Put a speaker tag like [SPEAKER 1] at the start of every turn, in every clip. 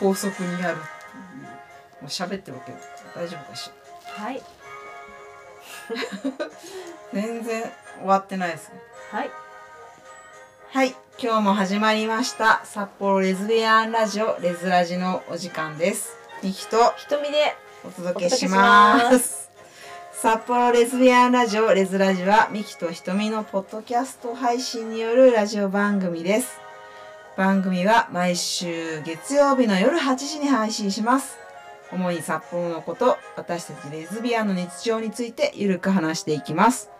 [SPEAKER 1] 高速にやるっていうもう喋ってるわけよ大丈夫かし
[SPEAKER 2] はい
[SPEAKER 1] ら全然終わってないですね
[SPEAKER 2] はい
[SPEAKER 1] はい今日も始まりました札幌レズビアンラジオレズラジのお時間ですミキと
[SPEAKER 2] 瞳で
[SPEAKER 1] お届けします
[SPEAKER 2] お届けします
[SPEAKER 1] 札幌レズビアンラジオレズラジはミキとひとみのポッドキャスト配信によるラジオ番組です番組は毎週月曜日の夜8時に配信します主に札幌のこと私たちレズビアンの日常についてゆるく話していきます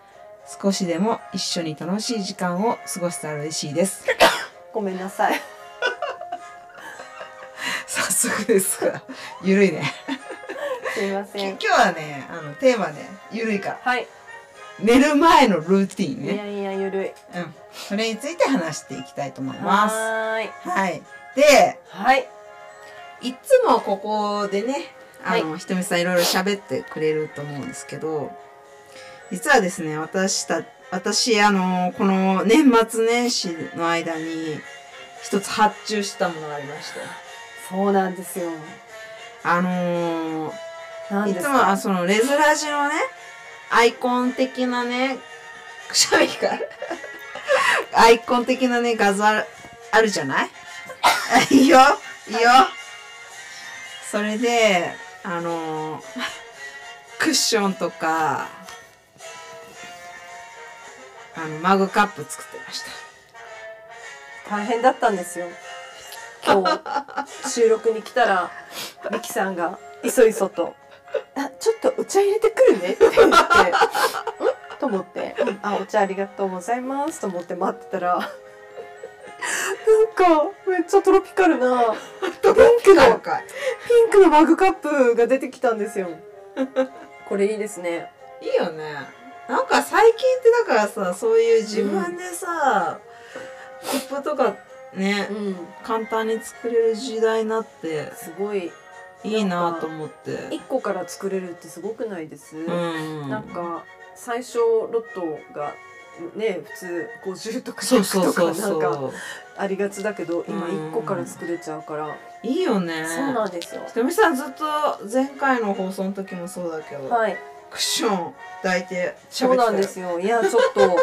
[SPEAKER 1] 少しでも一緒に楽しい時間を過ごせたら嬉しいです
[SPEAKER 2] ごめんなさい
[SPEAKER 1] 早速ですがゆるいね
[SPEAKER 2] すいま
[SPEAKER 1] き
[SPEAKER 2] せ
[SPEAKER 1] 今
[SPEAKER 2] ん
[SPEAKER 1] 日はねあのテーマねゆるいから
[SPEAKER 2] はい
[SPEAKER 1] 寝る前のルーティン
[SPEAKER 2] い
[SPEAKER 1] ね
[SPEAKER 2] やいやゆるい
[SPEAKER 1] うん、それについて話していきたいと思います。は
[SPEAKER 2] はーい
[SPEAKER 1] い。で、
[SPEAKER 2] はい
[SPEAKER 1] いつもここでね、あの、
[SPEAKER 2] は
[SPEAKER 1] ひとみさんいろいろ喋ってくれると思うんですけど、実はですね、私た、私、あの、この年末年始の間に、一つ発注したものがありまして、
[SPEAKER 2] そうなんですよ
[SPEAKER 1] あのー
[SPEAKER 2] なん
[SPEAKER 1] い
[SPEAKER 2] で
[SPEAKER 1] つ
[SPEAKER 2] す
[SPEAKER 1] もは
[SPEAKER 2] か
[SPEAKER 1] そのレズラジのね、アイコン的なね、くしゃみ か。アイコン的なね、画像あるあるじゃない いいよ、いいよ。それで、あのー、クッションとか、あの、マグカップ作ってました。
[SPEAKER 2] 大変だったんですよ今 日収録に来たらミキさんがいそいそと「あちょっとお茶入れてくるね」って 言って「ん?」と思って「うんあお茶ありがとうございます」と思って待ってた らなんかめっちゃトロピカルなピンク
[SPEAKER 1] な
[SPEAKER 2] の
[SPEAKER 1] んか、
[SPEAKER 2] ピンクのマグカップが出てきたんですよこれいいですね
[SPEAKER 1] いいよね。なんか最近ってだからさ、そういう自分でさ、コップとかね、
[SPEAKER 2] うん
[SPEAKER 1] 簡単に作れる時代になって
[SPEAKER 2] すごい
[SPEAKER 1] いいなと思って
[SPEAKER 2] 1個から作れるってすごくないです、
[SPEAKER 1] うん
[SPEAKER 2] なんか最初ロットがね普通50とか
[SPEAKER 1] そうそ
[SPEAKER 2] 100
[SPEAKER 1] う
[SPEAKER 2] とか
[SPEAKER 1] そう
[SPEAKER 2] なんか
[SPEAKER 1] そ
[SPEAKER 2] ありがちだけど今
[SPEAKER 1] うん
[SPEAKER 2] 1個から作れちゃうから
[SPEAKER 1] ういいよね
[SPEAKER 2] そうなんですよ
[SPEAKER 1] ひとみさんずっと前回の放送の時もそうだけど、
[SPEAKER 2] はい
[SPEAKER 1] クッション抱いて
[SPEAKER 2] そ
[SPEAKER 1] 喋
[SPEAKER 2] う
[SPEAKER 1] ってたよ
[SPEAKER 2] なんですよいやちょっと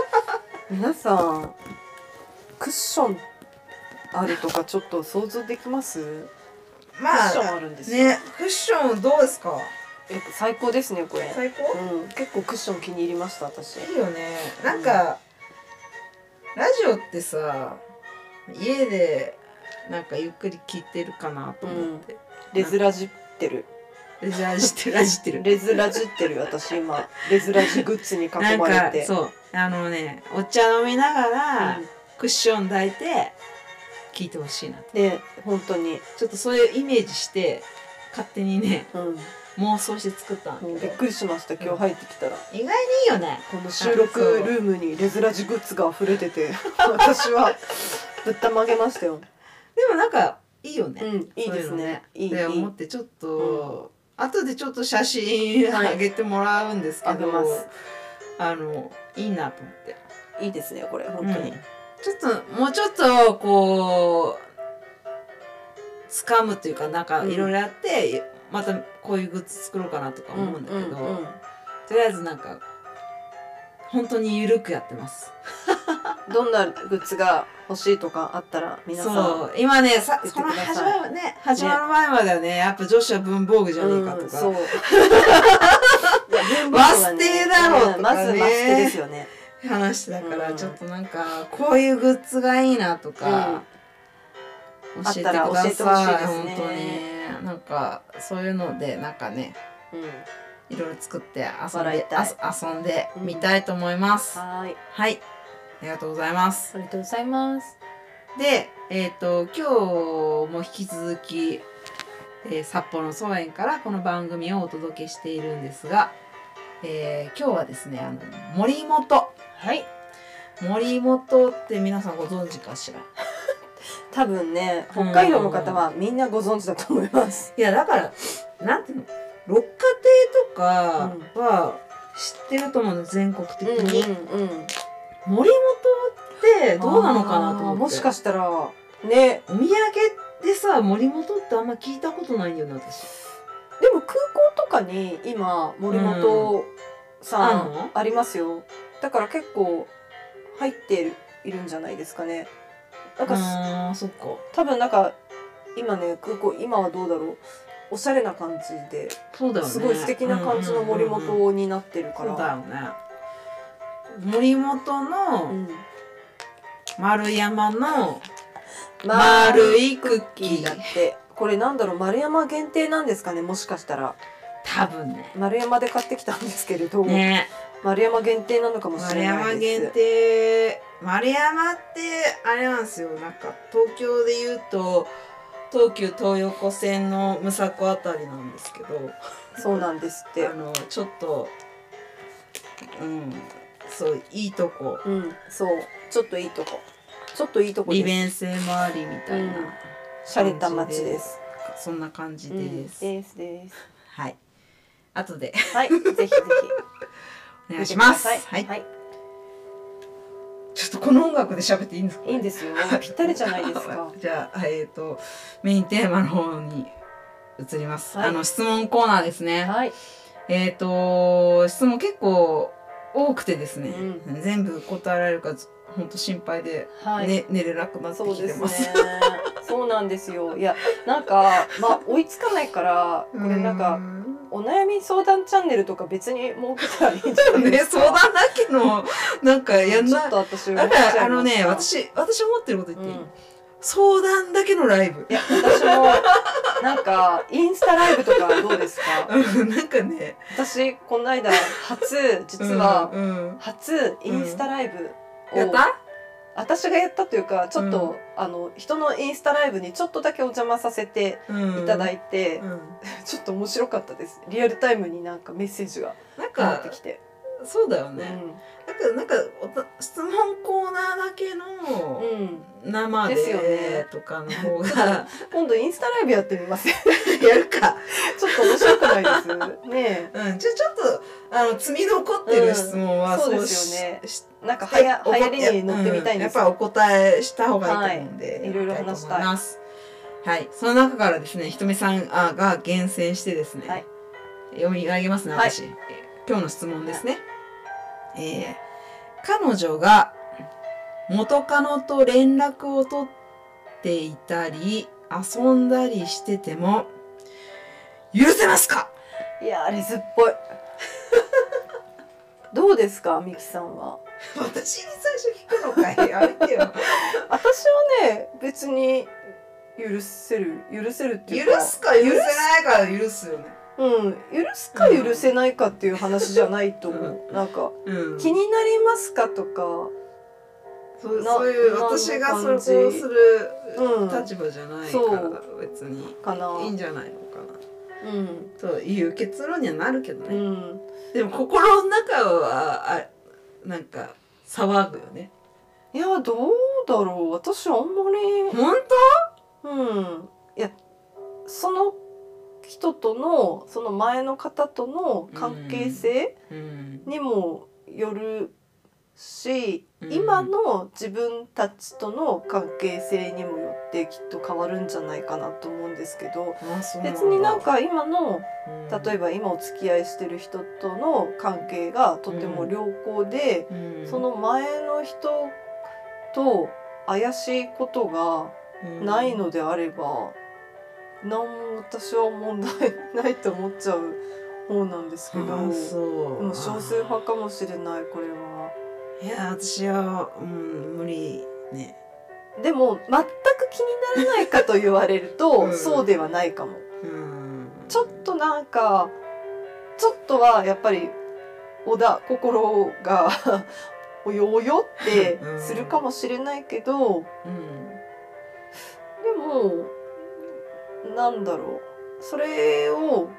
[SPEAKER 2] 皆さんクッションあるとかちょっと想像できますク
[SPEAKER 1] ま
[SPEAKER 2] ッション
[SPEAKER 1] あ
[SPEAKER 2] あるんですよ、
[SPEAKER 1] ねクッションどうですか
[SPEAKER 2] え最高ですねこれ、
[SPEAKER 1] 最高、
[SPEAKER 2] うん、結構クッション気に入りました私
[SPEAKER 1] いいよねなんか、ラジオってさ家でなんかゆっくり聞いてるかなと思って、
[SPEAKER 2] レズラジってる
[SPEAKER 1] レジャーしてるラジって る
[SPEAKER 2] レズラジってる私今レズラジグッズに囲
[SPEAKER 1] なん
[SPEAKER 2] まれ
[SPEAKER 1] か
[SPEAKER 2] て
[SPEAKER 1] そうあのねお茶飲みながら、
[SPEAKER 2] うん
[SPEAKER 1] クッション抱いて聞いてほしいな
[SPEAKER 2] ね本当に、
[SPEAKER 1] ちょっとそういうイメージして勝手にね
[SPEAKER 2] うん、
[SPEAKER 1] 妄想して作ったんだ
[SPEAKER 2] もう
[SPEAKER 1] け
[SPEAKER 2] びっ
[SPEAKER 1] ど
[SPEAKER 2] くりしました今日入ってきたら、
[SPEAKER 1] 意外にいいよね
[SPEAKER 2] この収録ルームにレズラジグッズが溢れてて私はぶったまげましたよ、
[SPEAKER 1] でもなんかいいよね、
[SPEAKER 2] うん、いいですねいいいい
[SPEAKER 1] で思ってちょっと、後でちょっと写真
[SPEAKER 2] はい
[SPEAKER 1] あげてもらうんですけ
[SPEAKER 2] あげ
[SPEAKER 1] ど、
[SPEAKER 2] ます
[SPEAKER 1] あのいいなと思って
[SPEAKER 2] いいですねこれ本当
[SPEAKER 1] 本当
[SPEAKER 2] に、
[SPEAKER 1] に、ちょっともうちょっとこう掴むというかなんか
[SPEAKER 2] うん
[SPEAKER 1] いろいろやって、またこういうグッズ作ろうかなとか思うんだけど、
[SPEAKER 2] うんうん
[SPEAKER 1] とりあえずなんか本当にゆるくやってます
[SPEAKER 2] どんなグッズが欲しいとかあったら皆さん
[SPEAKER 1] そう今ねさ
[SPEAKER 2] 言って
[SPEAKER 1] この
[SPEAKER 2] ください
[SPEAKER 1] 始まるね始まる前まではねやっぱ女子は文房具じゃねえかと
[SPEAKER 2] うん
[SPEAKER 1] か、
[SPEAKER 2] そういや文房具はね
[SPEAKER 1] バス停だろうとかね
[SPEAKER 2] んまずバス停ですよね
[SPEAKER 1] 話してたから、
[SPEAKER 2] うん
[SPEAKER 1] ちょっとなんかこういうグッズがいいなとか、教えてくだ
[SPEAKER 2] あったら教え
[SPEAKER 1] さい
[SPEAKER 2] てほしいですね
[SPEAKER 1] 本当になんかそういうのでなんかね
[SPEAKER 2] うん
[SPEAKER 1] いろいろ作って遊ん
[SPEAKER 2] 笑い
[SPEAKER 1] で
[SPEAKER 2] たい
[SPEAKER 1] あ遊んでみたいと思います、
[SPEAKER 2] はーい
[SPEAKER 1] はいありがとうございます
[SPEAKER 2] ありがとうございます
[SPEAKER 1] でえっ、と今日も引き続き、えー札幌の草園からこの番組をお届けしているんですが、えー今日はですねあの森本
[SPEAKER 2] はい
[SPEAKER 1] 森本って皆さんご存知かしら
[SPEAKER 2] 多分ね北海道の方はみんなご存知だと思います。
[SPEAKER 1] いやだからなんていうの六花亭とかは知ってると思うの全国的に、
[SPEAKER 2] うんうん、
[SPEAKER 1] 森本ってどうなのかなと思って
[SPEAKER 2] あーもしかしたらね
[SPEAKER 1] お土産ってさ森本ってあんま聞いたことないんだよね私
[SPEAKER 2] でも空港とかに今森本さ
[SPEAKER 1] うんあんの
[SPEAKER 2] んありますよ、だから結構入っているいるんじゃないですかねなんかす
[SPEAKER 1] あーそっか
[SPEAKER 2] 多分なんか今ね空港今はどうだろうおしゃれな感じで
[SPEAKER 1] そうだよね
[SPEAKER 2] すごい素敵な感じの森
[SPEAKER 1] うんうんうんうん
[SPEAKER 2] 本になってるか
[SPEAKER 1] そうだ
[SPEAKER 2] ら、
[SPEAKER 1] よね森本
[SPEAKER 2] う
[SPEAKER 1] の
[SPEAKER 2] ん
[SPEAKER 1] 丸山の
[SPEAKER 2] 丸
[SPEAKER 1] 丸
[SPEAKER 2] い
[SPEAKER 1] いクッ
[SPEAKER 2] ク
[SPEAKER 1] キ
[SPEAKER 2] ッキーだっ
[SPEAKER 1] ー
[SPEAKER 2] てこれなんだろう丸山限定なんですかねもしかしたら
[SPEAKER 1] 多分ね
[SPEAKER 2] 丸山で買ってきたんですけれど、
[SPEAKER 1] ね
[SPEAKER 2] 丸山限定なのかもし
[SPEAKER 1] 丸
[SPEAKER 2] れな
[SPEAKER 1] 山
[SPEAKER 2] いです
[SPEAKER 1] 限定丸山ってあれなんですよなんか東京で言うと東急東横線の武蔵小あたりなんですけど
[SPEAKER 2] そうなんですって
[SPEAKER 1] あのちょっとうんそういいとこ
[SPEAKER 2] うんそうちょっといいとこちょっといいとこ
[SPEAKER 1] 利
[SPEAKER 2] です
[SPEAKER 1] 便性もありみたいな、
[SPEAKER 2] うん洒落た街です
[SPEAKER 1] そんな感じ
[SPEAKER 2] うん
[SPEAKER 1] で、
[SPEAKER 2] ですすです
[SPEAKER 1] はい後 で
[SPEAKER 2] はいぜひぜひ
[SPEAKER 1] お願いします
[SPEAKER 2] 見てく
[SPEAKER 1] は
[SPEAKER 2] ださ
[SPEAKER 1] い、
[SPEAKER 2] いはい
[SPEAKER 1] ちょっとこの音楽で喋っていいんですか
[SPEAKER 2] いいんですよぴったりじゃないですか
[SPEAKER 1] じゃあえっ、とメインテーマの方に移ります、
[SPEAKER 2] はい
[SPEAKER 1] あの質問コーナーですね
[SPEAKER 2] はい
[SPEAKER 1] えっ、と質問結構多くてですね、
[SPEAKER 2] う
[SPEAKER 1] 全部答えられるか本当心配で、
[SPEAKER 2] はい、
[SPEAKER 1] ね、寝れなくなって
[SPEAKER 2] そう
[SPEAKER 1] き
[SPEAKER 2] で
[SPEAKER 1] て
[SPEAKER 2] す
[SPEAKER 1] ま
[SPEAKER 2] ね
[SPEAKER 1] す
[SPEAKER 2] そうなんですよいやなんかまあ追いつかないからこれなん
[SPEAKER 1] う
[SPEAKER 2] かお悩み相談チャンネルとか別に設けたらいいんじゃないで
[SPEAKER 1] ね、
[SPEAKER 2] すか
[SPEAKER 1] 相談だけの、 なんかやん
[SPEAKER 2] ちょ
[SPEAKER 1] な
[SPEAKER 2] っ
[SPEAKER 1] い。
[SPEAKER 2] と私思
[SPEAKER 1] な
[SPEAKER 2] っ
[SPEAKER 1] ん
[SPEAKER 2] ちゃいました
[SPEAKER 1] か、あのね、私、私思ってること言っていい、
[SPEAKER 2] うん
[SPEAKER 1] 相談だけのライブ
[SPEAKER 2] い。や私もなんかインスタライブとかどうですか
[SPEAKER 1] うんなんかね、
[SPEAKER 2] 私この間初実は
[SPEAKER 1] うんうん
[SPEAKER 2] 初インスタライブ
[SPEAKER 1] や
[SPEAKER 2] を、
[SPEAKER 1] った
[SPEAKER 2] 私がやったというかちょっ
[SPEAKER 1] う
[SPEAKER 2] と、あの人のインスタライブにちょっとだけお邪魔させていただ
[SPEAKER 1] て。
[SPEAKER 2] いて、
[SPEAKER 1] うん
[SPEAKER 2] ちょっと面白かったですリアルタイムになんかメッセージが
[SPEAKER 1] なん
[SPEAKER 2] 返っ
[SPEAKER 1] か
[SPEAKER 2] て、きて、
[SPEAKER 1] そうだよ
[SPEAKER 2] う
[SPEAKER 1] ね。
[SPEAKER 2] ん
[SPEAKER 1] なんか、なんか、おた質問コーナーだけの
[SPEAKER 2] うん、
[SPEAKER 1] 生
[SPEAKER 2] ですよ
[SPEAKER 1] で
[SPEAKER 2] ね
[SPEAKER 1] とかの方が、
[SPEAKER 2] 今度インスタライブやってみません ちょ
[SPEAKER 1] やるか。
[SPEAKER 2] っと面白くないですね
[SPEAKER 1] うん、じゃあちょっと、あの、積み残ってる質問は、
[SPEAKER 2] うんそうですよね
[SPEAKER 1] そうし
[SPEAKER 2] えなんかはや流行りに乗ってみたいんです
[SPEAKER 1] うんやっぱお
[SPEAKER 2] よ、
[SPEAKER 1] 答えした方がいいと思うんで、
[SPEAKER 2] はいいろいろ話したい
[SPEAKER 1] やりと思ますはいその中からですねひとみさんあが厳選してですね、
[SPEAKER 2] はい
[SPEAKER 1] 読み上げますね
[SPEAKER 2] はい
[SPEAKER 1] 私、えー今日の質問ですね、えー彼女が元カノと連絡を取っていたり遊んだりしてても許せます か
[SPEAKER 2] い、やーレズっぽい どうですかミキさんは
[SPEAKER 1] 私に最初聞くのかいやめてよ
[SPEAKER 2] 私はね別に許せる許せるって
[SPEAKER 1] 許
[SPEAKER 2] いうか
[SPEAKER 1] すか許せないから許すよね
[SPEAKER 2] うん、許すか許せないかっていう話じゃないと思う、なんか
[SPEAKER 1] うん
[SPEAKER 2] 気になりますかとか
[SPEAKER 1] そう
[SPEAKER 2] な
[SPEAKER 1] そういう
[SPEAKER 2] な
[SPEAKER 1] 私がそれを
[SPEAKER 2] 感じ
[SPEAKER 1] する
[SPEAKER 2] うん
[SPEAKER 1] 立場じゃないか
[SPEAKER 2] そ
[SPEAKER 1] ら
[SPEAKER 2] う
[SPEAKER 1] 別に
[SPEAKER 2] かない
[SPEAKER 1] いんじゃないのかな
[SPEAKER 2] うん
[SPEAKER 1] という結論にはなるけど
[SPEAKER 2] う
[SPEAKER 1] ね、
[SPEAKER 2] ん
[SPEAKER 1] でも心の中はあなんか騒ぐよね
[SPEAKER 2] いやどうだろう私あんま
[SPEAKER 1] 本
[SPEAKER 2] りうんいやその人とのその前の方との関係性
[SPEAKER 1] 当、うん
[SPEAKER 2] にもよるし、
[SPEAKER 1] うん
[SPEAKER 2] 今の自分たちとの関係性にもよってきっと変わるんじゃないかなと思うんですけど別になん、か今の例
[SPEAKER 1] ば、
[SPEAKER 2] えば今お付き合いしてる人との関係がとても良好で、
[SPEAKER 1] うん
[SPEAKER 2] その前の人と怪しいことがないのであれば、何も私は問題ないと思っちゃう方なんですけ
[SPEAKER 1] うん
[SPEAKER 2] ど、
[SPEAKER 1] あそう
[SPEAKER 2] うん少数派かもしれないこれは。
[SPEAKER 1] いや私は、うん、無理ね
[SPEAKER 2] でも全く気にならないかと言われると、
[SPEAKER 1] うん
[SPEAKER 2] そうではないかも。
[SPEAKER 1] うん
[SPEAKER 2] ちょっとなんかちょっとはやっぱり小田心が およおよって
[SPEAKER 1] うん
[SPEAKER 2] するかもしれないけど、
[SPEAKER 1] うん
[SPEAKER 2] でもなんだろうそれを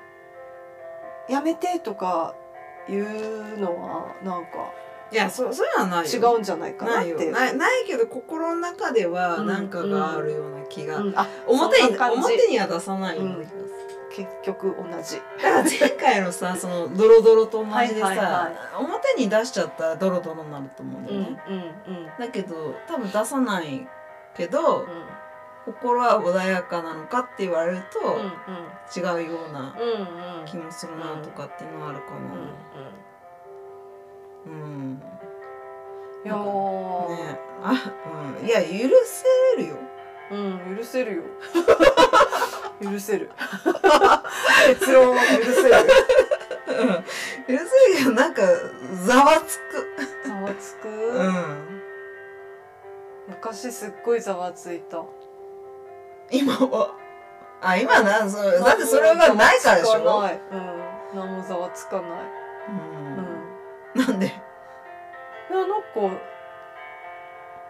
[SPEAKER 2] やめてとか言うのはなんか
[SPEAKER 1] いやそそういうのはない
[SPEAKER 2] 違
[SPEAKER 1] よ
[SPEAKER 2] うんじゃないかなっ
[SPEAKER 1] ない
[SPEAKER 2] て。
[SPEAKER 1] よないないけど心の中では
[SPEAKER 2] うん
[SPEAKER 1] 何かがあるような気が、
[SPEAKER 2] うん、あ
[SPEAKER 1] 表
[SPEAKER 2] そん
[SPEAKER 1] に
[SPEAKER 2] な感じ
[SPEAKER 1] 表には出さないような気がする、
[SPEAKER 2] 結局同じ。
[SPEAKER 1] だから 前回のさそのドロドロと同じでさ、
[SPEAKER 2] はいはいはい
[SPEAKER 1] 表に出しちゃったらドロドロになると思うんだよね、だけど多分出さないけど、
[SPEAKER 2] うん
[SPEAKER 1] 心は穏やかなのかって言われる
[SPEAKER 2] う
[SPEAKER 1] と
[SPEAKER 2] んうん
[SPEAKER 1] 違うような
[SPEAKER 2] うんうん
[SPEAKER 1] 気もするなとかっていうのはあるか
[SPEAKER 2] うんう
[SPEAKER 1] な。う
[SPEAKER 2] ん
[SPEAKER 1] ん。
[SPEAKER 2] いやー
[SPEAKER 1] ねあ、うん。いや許せるよ。
[SPEAKER 2] うん許せるよ 許せる結論は許せる
[SPEAKER 1] うん許せるけどなんかざわつく。
[SPEAKER 2] ざわつく、
[SPEAKER 1] うん。
[SPEAKER 2] 昔すっごいざわついた
[SPEAKER 1] 今は。あ、今な、そう、だってそれがないからでし
[SPEAKER 2] ざわ
[SPEAKER 1] ょ。
[SPEAKER 2] つかないうん何もざわつかない、うん、い
[SPEAKER 1] うん。なんで。
[SPEAKER 2] やなんか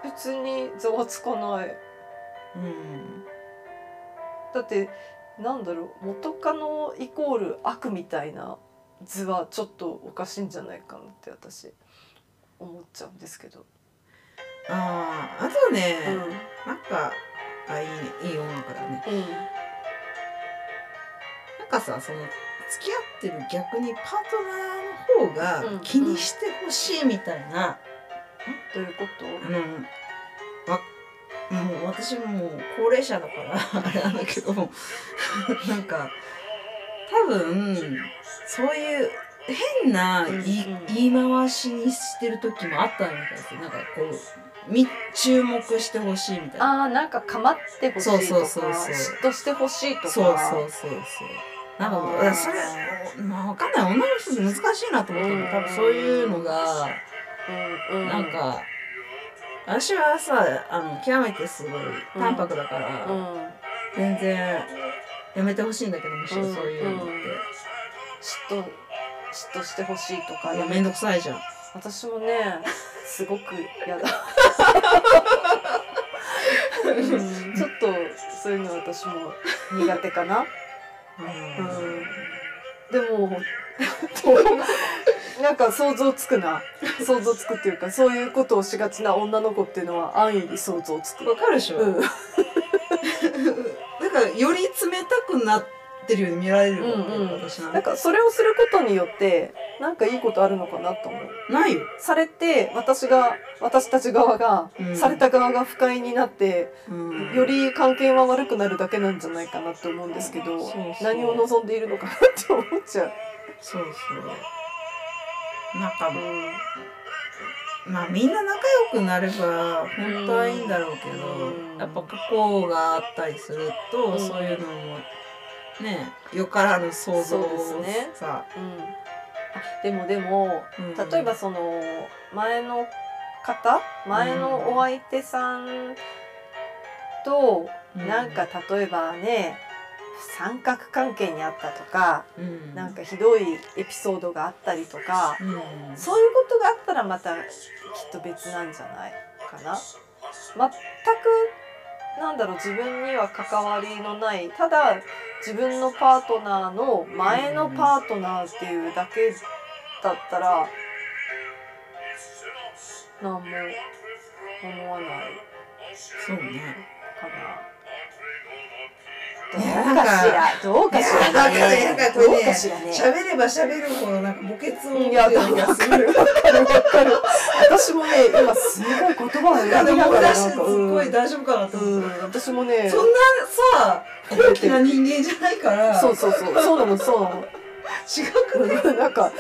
[SPEAKER 2] 別にざわつかない
[SPEAKER 1] うん。
[SPEAKER 2] だってなんだろう元カノイコール悪みたいな図はちょっとおかしいんじゃないかなって私思っちゃうんですけど、
[SPEAKER 1] ああ、あとね、
[SPEAKER 2] うん
[SPEAKER 1] なんか、あ、いいね、いい音楽だね。
[SPEAKER 2] うん
[SPEAKER 1] なんかさ、その、付き合ってる逆にパートナーの方
[SPEAKER 2] う
[SPEAKER 1] が
[SPEAKER 2] ん
[SPEAKER 1] 気にしてほしいみたいな、
[SPEAKER 2] どういうこと
[SPEAKER 1] あの、わ、もう私もう高齢者だから、あれなんだけど、なんか、多分、そういう変な言い,、
[SPEAKER 2] うんうん
[SPEAKER 1] 言い回しにしてる時もあったみたいですよなんかこう、み、注目してほしいみたいな。
[SPEAKER 2] ああなんか構ってほしいとか
[SPEAKER 1] そうそうそうそう
[SPEAKER 2] 嫉妬してほしいとか
[SPEAKER 1] そうそうそうそう。なんかもう
[SPEAKER 2] あー
[SPEAKER 1] いやそれ、まあ、わかんない女の人って難しいなと思ったの多分そういうのが
[SPEAKER 2] うんうん、
[SPEAKER 1] なんか、私はさあの極めてすごい淡白だから、
[SPEAKER 2] うん
[SPEAKER 1] 全然やめてほしいんだけどむしろ
[SPEAKER 2] うん
[SPEAKER 1] そういうのって、
[SPEAKER 2] 嫉妬嫉妬してほしいとか
[SPEAKER 1] いや
[SPEAKER 2] や
[SPEAKER 1] め
[SPEAKER 2] め
[SPEAKER 1] んどくさいじゃん。
[SPEAKER 2] 私もねすごく嫌だうん ちょっとそういうの私も苦手かな、うん、でも なんか想像つくな想像つくっていうかそういうことをしがちな女の子っていうのは安易に想像つ
[SPEAKER 1] わ
[SPEAKER 2] く、
[SPEAKER 1] かるでしょ、
[SPEAKER 2] うん、
[SPEAKER 1] なんかより冷たくなってるように見られるよ、
[SPEAKER 2] うんうん
[SPEAKER 1] 私なん
[SPEAKER 2] なん
[SPEAKER 1] か
[SPEAKER 2] かそれをすることによってなんかいいことあるのかなと思う
[SPEAKER 1] ないよ、
[SPEAKER 2] されて私が私たち側が、
[SPEAKER 1] うん
[SPEAKER 2] された側が不快になって
[SPEAKER 1] うん
[SPEAKER 2] より関係は悪くなるだけなんじゃないかなって思うんですけど、
[SPEAKER 1] そうそう
[SPEAKER 2] 何を望んでいるのかなって思っちゃう。
[SPEAKER 1] そうそうなんかもう
[SPEAKER 2] う
[SPEAKER 1] まあみんな仲良くなれば本当はいいんだろうけど、
[SPEAKER 2] うん
[SPEAKER 1] やっぱ過去があったりすると、
[SPEAKER 2] うん
[SPEAKER 1] そういうのもねよからぬ想像を
[SPEAKER 2] そうですね
[SPEAKER 1] さ、
[SPEAKER 2] んうんあでもでも
[SPEAKER 1] うん
[SPEAKER 2] 例えばその前の方前のお相手さんとなんか、例えばね三角関係にあったとか
[SPEAKER 1] うん
[SPEAKER 2] なんかひどいエピソードがあったりとか。
[SPEAKER 1] うん
[SPEAKER 2] そういうことがあったらまたきっと別なんじゃないかな。全くなんだろう自分には関わりのないただ自分のパートナーの前のパートナーっていうだけだったら何も思わない
[SPEAKER 1] そうね
[SPEAKER 2] か
[SPEAKER 1] い
[SPEAKER 2] な
[SPEAKER 1] や。
[SPEAKER 2] どうかしらどうかしら
[SPEAKER 1] いやな
[SPEAKER 2] ね
[SPEAKER 1] んかねなんか。これ
[SPEAKER 2] ど
[SPEAKER 1] ね
[SPEAKER 2] うかしらね。
[SPEAKER 1] 喋れば喋るほどなんか墓穴を
[SPEAKER 2] いや、わ
[SPEAKER 1] がす
[SPEAKER 2] かる、わかる、わかる。私もね、今すごい言葉を
[SPEAKER 1] なんか
[SPEAKER 2] 選
[SPEAKER 1] で
[SPEAKER 2] びな
[SPEAKER 1] も
[SPEAKER 2] がら、
[SPEAKER 1] 私
[SPEAKER 2] な
[SPEAKER 1] す
[SPEAKER 2] ん
[SPEAKER 1] っ
[SPEAKER 2] か、うん
[SPEAKER 1] ごい大丈夫かなと
[SPEAKER 2] う
[SPEAKER 1] 思って、
[SPEAKER 2] ん、私もね、
[SPEAKER 1] そんなさ高貴な人間じゃないから
[SPEAKER 2] そうそうそう、そうなの、そうなの。
[SPEAKER 1] 違くない
[SPEAKER 2] うんなんか、違っ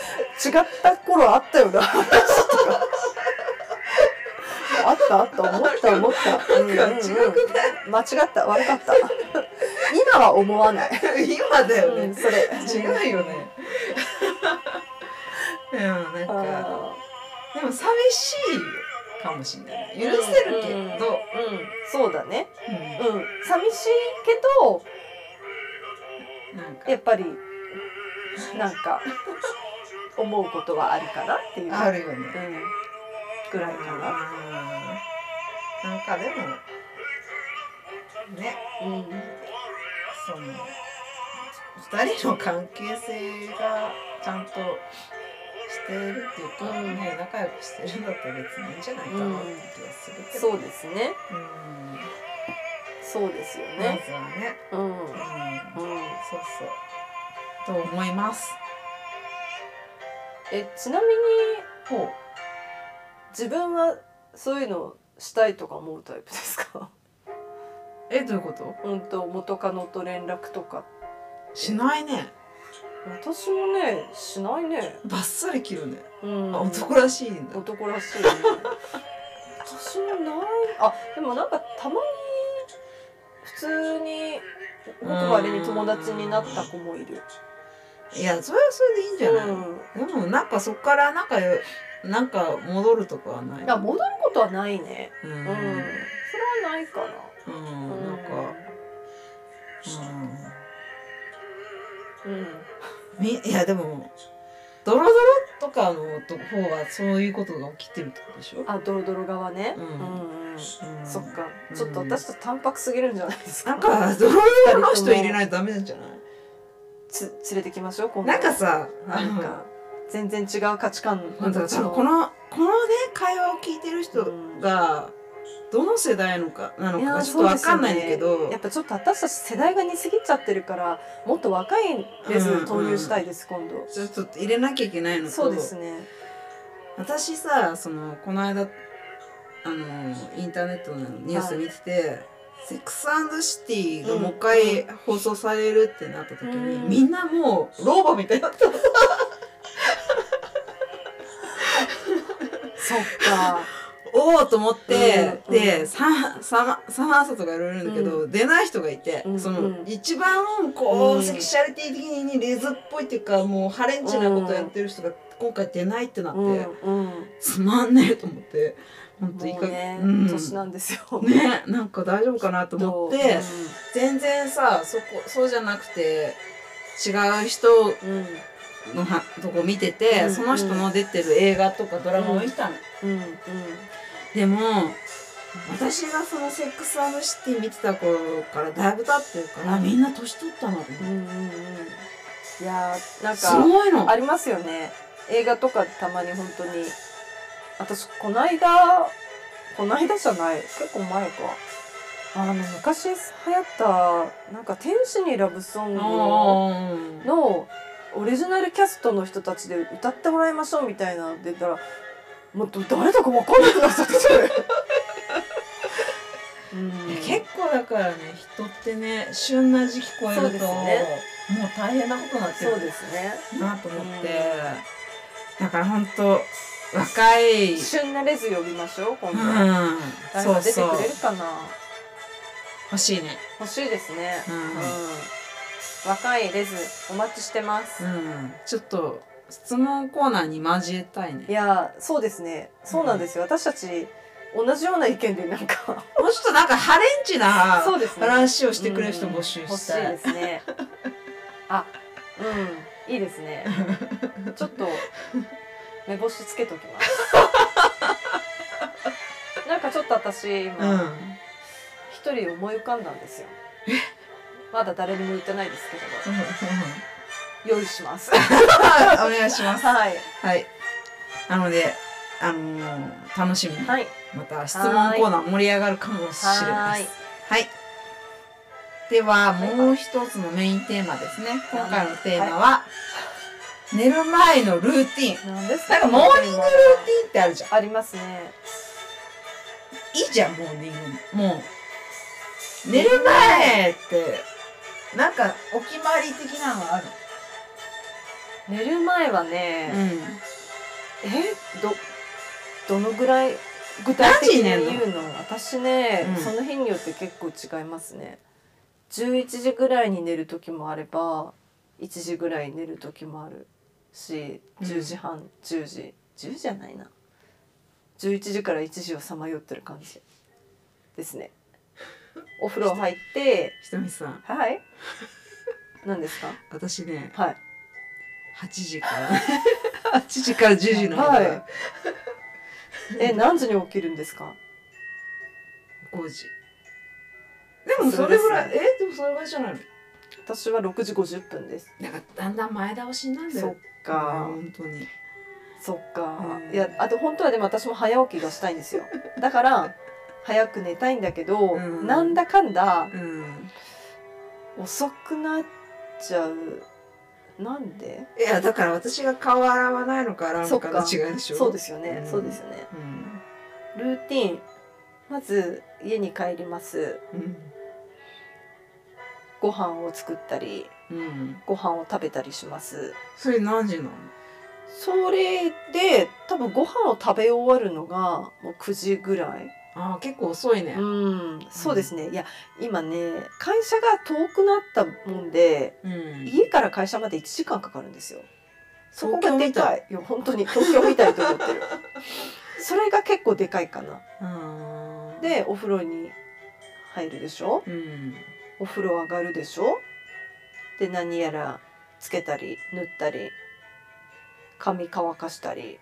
[SPEAKER 2] た頃あったよな、私とか。あった、あった、思った、思った。うんうんうん
[SPEAKER 1] 違くない
[SPEAKER 2] 間違った、悪かった。今は思わない。
[SPEAKER 1] 今だよね、
[SPEAKER 2] うんそれ。
[SPEAKER 1] 違う よね。うん、なんか、
[SPEAKER 2] あ
[SPEAKER 1] でも寂しいかもしれない。許せるけど、
[SPEAKER 2] ーうん、そうだね。
[SPEAKER 1] う
[SPEAKER 2] うん、寂しいけど、
[SPEAKER 1] ん、なんか
[SPEAKER 2] やっぱりなんか思うことはあるかなっていう
[SPEAKER 1] あるよね。
[SPEAKER 2] うん、ぐらいか
[SPEAKER 1] うんなんかでも、ね、
[SPEAKER 2] な、うん、
[SPEAKER 1] その、二人の関係性がちゃんとしてるっていうか、
[SPEAKER 2] うん
[SPEAKER 1] ね、仲良くしてるんだったら別にいいんじゃないかなって気がするけど。
[SPEAKER 2] そうですね
[SPEAKER 1] うん。
[SPEAKER 2] そうですよ
[SPEAKER 1] ま
[SPEAKER 2] ね、
[SPEAKER 1] ずはね、
[SPEAKER 2] うん
[SPEAKER 1] うん。
[SPEAKER 2] うん、
[SPEAKER 1] そうそう。と思います。
[SPEAKER 2] えちなみに
[SPEAKER 1] ほう。
[SPEAKER 2] 自分はそういうのしたいとか思うタイプですか
[SPEAKER 1] えどういうこと
[SPEAKER 2] うんと元カノと連絡とか
[SPEAKER 1] しないね
[SPEAKER 2] 私もねしないね
[SPEAKER 1] バッサリ切るね、
[SPEAKER 2] うん
[SPEAKER 1] あ男らしいんだ
[SPEAKER 2] 男らしい、ね、私もないあでもなんかたまに普通にごくまれに友達になった子もいる
[SPEAKER 1] いやそれはそれでいいんじゃない、
[SPEAKER 2] うん
[SPEAKER 1] でもなんかそっからなんかよなんか戻るとかはない
[SPEAKER 2] いや戻ることはないね
[SPEAKER 1] うん
[SPEAKER 2] う
[SPEAKER 1] うんん、
[SPEAKER 2] それはないかなう
[SPEAKER 1] なんか、うん、
[SPEAKER 2] うん
[SPEAKER 1] みいやでもドロドロとかの方はそういうことが起きてるってことでしょ、
[SPEAKER 2] あドロドロ側ね
[SPEAKER 1] う
[SPEAKER 2] うんんうん
[SPEAKER 1] うん
[SPEAKER 2] そっかちょっと私と淡白すぎるんじゃないですか
[SPEAKER 1] なんかドロドロの人入れないとダメなんじゃない
[SPEAKER 2] つ連れてきましょう今度
[SPEAKER 1] なんかさあ
[SPEAKER 2] なん
[SPEAKER 1] の
[SPEAKER 2] か全然違う価値観
[SPEAKER 1] なんだろう多分このこのね会話を聞いてる人がどの世代のかなの
[SPEAKER 2] い
[SPEAKER 1] か
[SPEAKER 2] や
[SPEAKER 1] が
[SPEAKER 2] ー
[SPEAKER 1] ちょっとわかんないんだけ
[SPEAKER 2] そうです
[SPEAKER 1] ど、
[SPEAKER 2] よねやっぱちょっと私たち世代が似すぎちゃってるからもっと若いレズ投入したいです、今度
[SPEAKER 1] ちょっと入れなきゃいけないのと
[SPEAKER 2] そうですね
[SPEAKER 1] 私さそのこの間あのインターネットのニュース見てて、セックスシティがもう一回放送されるってなった時に、
[SPEAKER 2] うん
[SPEAKER 1] みんなもう老婆みたいになった
[SPEAKER 2] そっか
[SPEAKER 1] おおと思って、
[SPEAKER 2] うんう
[SPEAKER 1] で
[SPEAKER 2] ん
[SPEAKER 1] ササマサマーサとかいろいろいるんだけど、出ない人がいて、
[SPEAKER 2] うん
[SPEAKER 1] そうの
[SPEAKER 2] ん
[SPEAKER 1] 一番こう、
[SPEAKER 2] うん
[SPEAKER 1] セクシャリティ的にレズっぽいっていうかもうハレンチなことやってる人が今回出ないってなって、
[SPEAKER 2] うんうん
[SPEAKER 1] つまんねえと思って本当いい
[SPEAKER 2] も
[SPEAKER 1] か
[SPEAKER 2] うね、
[SPEAKER 1] うん
[SPEAKER 2] 年なんですよ
[SPEAKER 1] ねなんか大丈夫かなと
[SPEAKER 2] ど
[SPEAKER 1] 思
[SPEAKER 2] う
[SPEAKER 1] って、全然さそこそうじゃなくて違う人
[SPEAKER 2] うん
[SPEAKER 1] のはとこ見てて、
[SPEAKER 2] うん
[SPEAKER 1] その人の出てる映画とかドラマを見たの、
[SPEAKER 2] うんうん
[SPEAKER 1] でも私がそのセックスアンドシティ見てた頃からだいぶ経ってるから、
[SPEAKER 2] うん
[SPEAKER 1] みんな年取ったなと思っ
[SPEAKER 2] う
[SPEAKER 1] て、
[SPEAKER 2] んうんうんうんいやーなん
[SPEAKER 1] す
[SPEAKER 2] か
[SPEAKER 1] ごいの
[SPEAKER 2] ありますよね映画とかたまに本当に私こないだこないだじゃない結構前かあの昔流行ったなんか「天使にラブソングを」
[SPEAKER 1] うん
[SPEAKER 2] のオリジナルキャストの人たちで歌ってもらいましょうみたいなのって言ったらもうど誰だか分かんなくなっちゃってうん
[SPEAKER 1] 結構だからね人ってね旬な時期超える
[SPEAKER 2] そ
[SPEAKER 1] と
[SPEAKER 2] うですね
[SPEAKER 1] もう大変なことになってる
[SPEAKER 2] そうですね
[SPEAKER 1] なと思って、
[SPEAKER 2] う
[SPEAKER 1] だから本当若い、うん、
[SPEAKER 2] 旬なレズ呼びましょう今度、誰
[SPEAKER 1] そ
[SPEAKER 2] か
[SPEAKER 1] う
[SPEAKER 2] 出て
[SPEAKER 1] そう
[SPEAKER 2] くれるかな
[SPEAKER 1] 欲しいね
[SPEAKER 2] 欲しいですね、
[SPEAKER 1] うん
[SPEAKER 2] 若いレズお待ちしてます、
[SPEAKER 1] うんちょっと質問コーナーに交えたい
[SPEAKER 2] い
[SPEAKER 1] ね
[SPEAKER 2] やーそうですねそうなんですよ、私たち同じような意見でなんか
[SPEAKER 1] もうちょっとなんかハレンチな
[SPEAKER 2] そうですね
[SPEAKER 1] 話をしてくれる人募集
[SPEAKER 2] 欲
[SPEAKER 1] し
[SPEAKER 2] しい
[SPEAKER 1] たい、
[SPEAKER 2] です ねあうんいいですねちょっと目星つけとき ますなんかちょっと私
[SPEAKER 1] うん
[SPEAKER 2] 今一、人思い浮かんだんですよまだ誰にも言ってないですけ
[SPEAKER 1] うんうん
[SPEAKER 2] ど用意します
[SPEAKER 1] お願いします
[SPEAKER 2] はい
[SPEAKER 1] はいなのであのー楽しみに
[SPEAKER 2] はい
[SPEAKER 1] また質問コーナー盛り上がるかもしれないですはいではもう一つのメインテーマですね今回のテーマは、寝る前のルーティンルーテ
[SPEAKER 2] なんです
[SPEAKER 1] なんかモーニングルーティンってあるじゃん
[SPEAKER 2] ありますね。
[SPEAKER 1] いいじゃんモーニングもう寝る前ってなんかお決まり的なのある
[SPEAKER 2] 寝る前はね、
[SPEAKER 1] ん
[SPEAKER 2] えどどのぐらい具体的に
[SPEAKER 1] 何時に寝
[SPEAKER 2] 言うの私ね、
[SPEAKER 1] うん
[SPEAKER 2] その日によって結構違いますね。11時ぐらいに寝る時もあれば1時ぐらいに寝る時もあるし
[SPEAKER 1] うん
[SPEAKER 2] 10時半、10時10時じゃないな11時から1時をさまよってる感じですね。お風呂入って
[SPEAKER 1] ひとみさん
[SPEAKER 2] はい 何ですか
[SPEAKER 1] 私ね
[SPEAKER 2] はい
[SPEAKER 1] 8時から 8時から10時の間、
[SPEAKER 2] はいえ何時に起きるんですか
[SPEAKER 1] 5時でもそれぐらい、えでもそれぐらいじゃないの
[SPEAKER 2] 私は6時50分です
[SPEAKER 1] なんかだんだん前倒しになるんだ
[SPEAKER 2] そっ
[SPEAKER 1] よ
[SPEAKER 2] か、
[SPEAKER 1] 本当に
[SPEAKER 2] そっか
[SPEAKER 1] うん
[SPEAKER 2] いやあと本当はでも私も早起きがしたい んですよだから早く寝たいんだけど、
[SPEAKER 1] うん
[SPEAKER 2] なんだかんだ
[SPEAKER 1] うん
[SPEAKER 2] 遅くなっちゃうなんで
[SPEAKER 1] いやだから私が顔洗わないのか洗うのかの違いでしょ、
[SPEAKER 2] そうですすよね、
[SPEAKER 1] うん
[SPEAKER 2] そうですよね
[SPEAKER 1] うん
[SPEAKER 2] ルーティンまず家に帰ります
[SPEAKER 1] うん
[SPEAKER 2] ご飯を作ったり
[SPEAKER 1] うん。
[SPEAKER 2] ご飯を食べたりします
[SPEAKER 1] それ何時なの
[SPEAKER 2] それで多分ご飯を食べ終わるのがもう9時ぐらい
[SPEAKER 1] ああ、結構遅いね。
[SPEAKER 2] うんそうですねいや今ね会社が遠くなったもんで
[SPEAKER 1] うん
[SPEAKER 2] 家から会社まで1時間かかるんですよそこ
[SPEAKER 1] 東
[SPEAKER 2] が
[SPEAKER 1] 京
[SPEAKER 2] で
[SPEAKER 1] みた
[SPEAKER 2] かいいや本当に東京みたいと思ってるそれが結構でかいかな
[SPEAKER 1] うん、
[SPEAKER 2] でお風呂に入るでしょ
[SPEAKER 1] うん。
[SPEAKER 2] お風呂上がるでしょで何やらつけたり塗ったり髪乾かしたり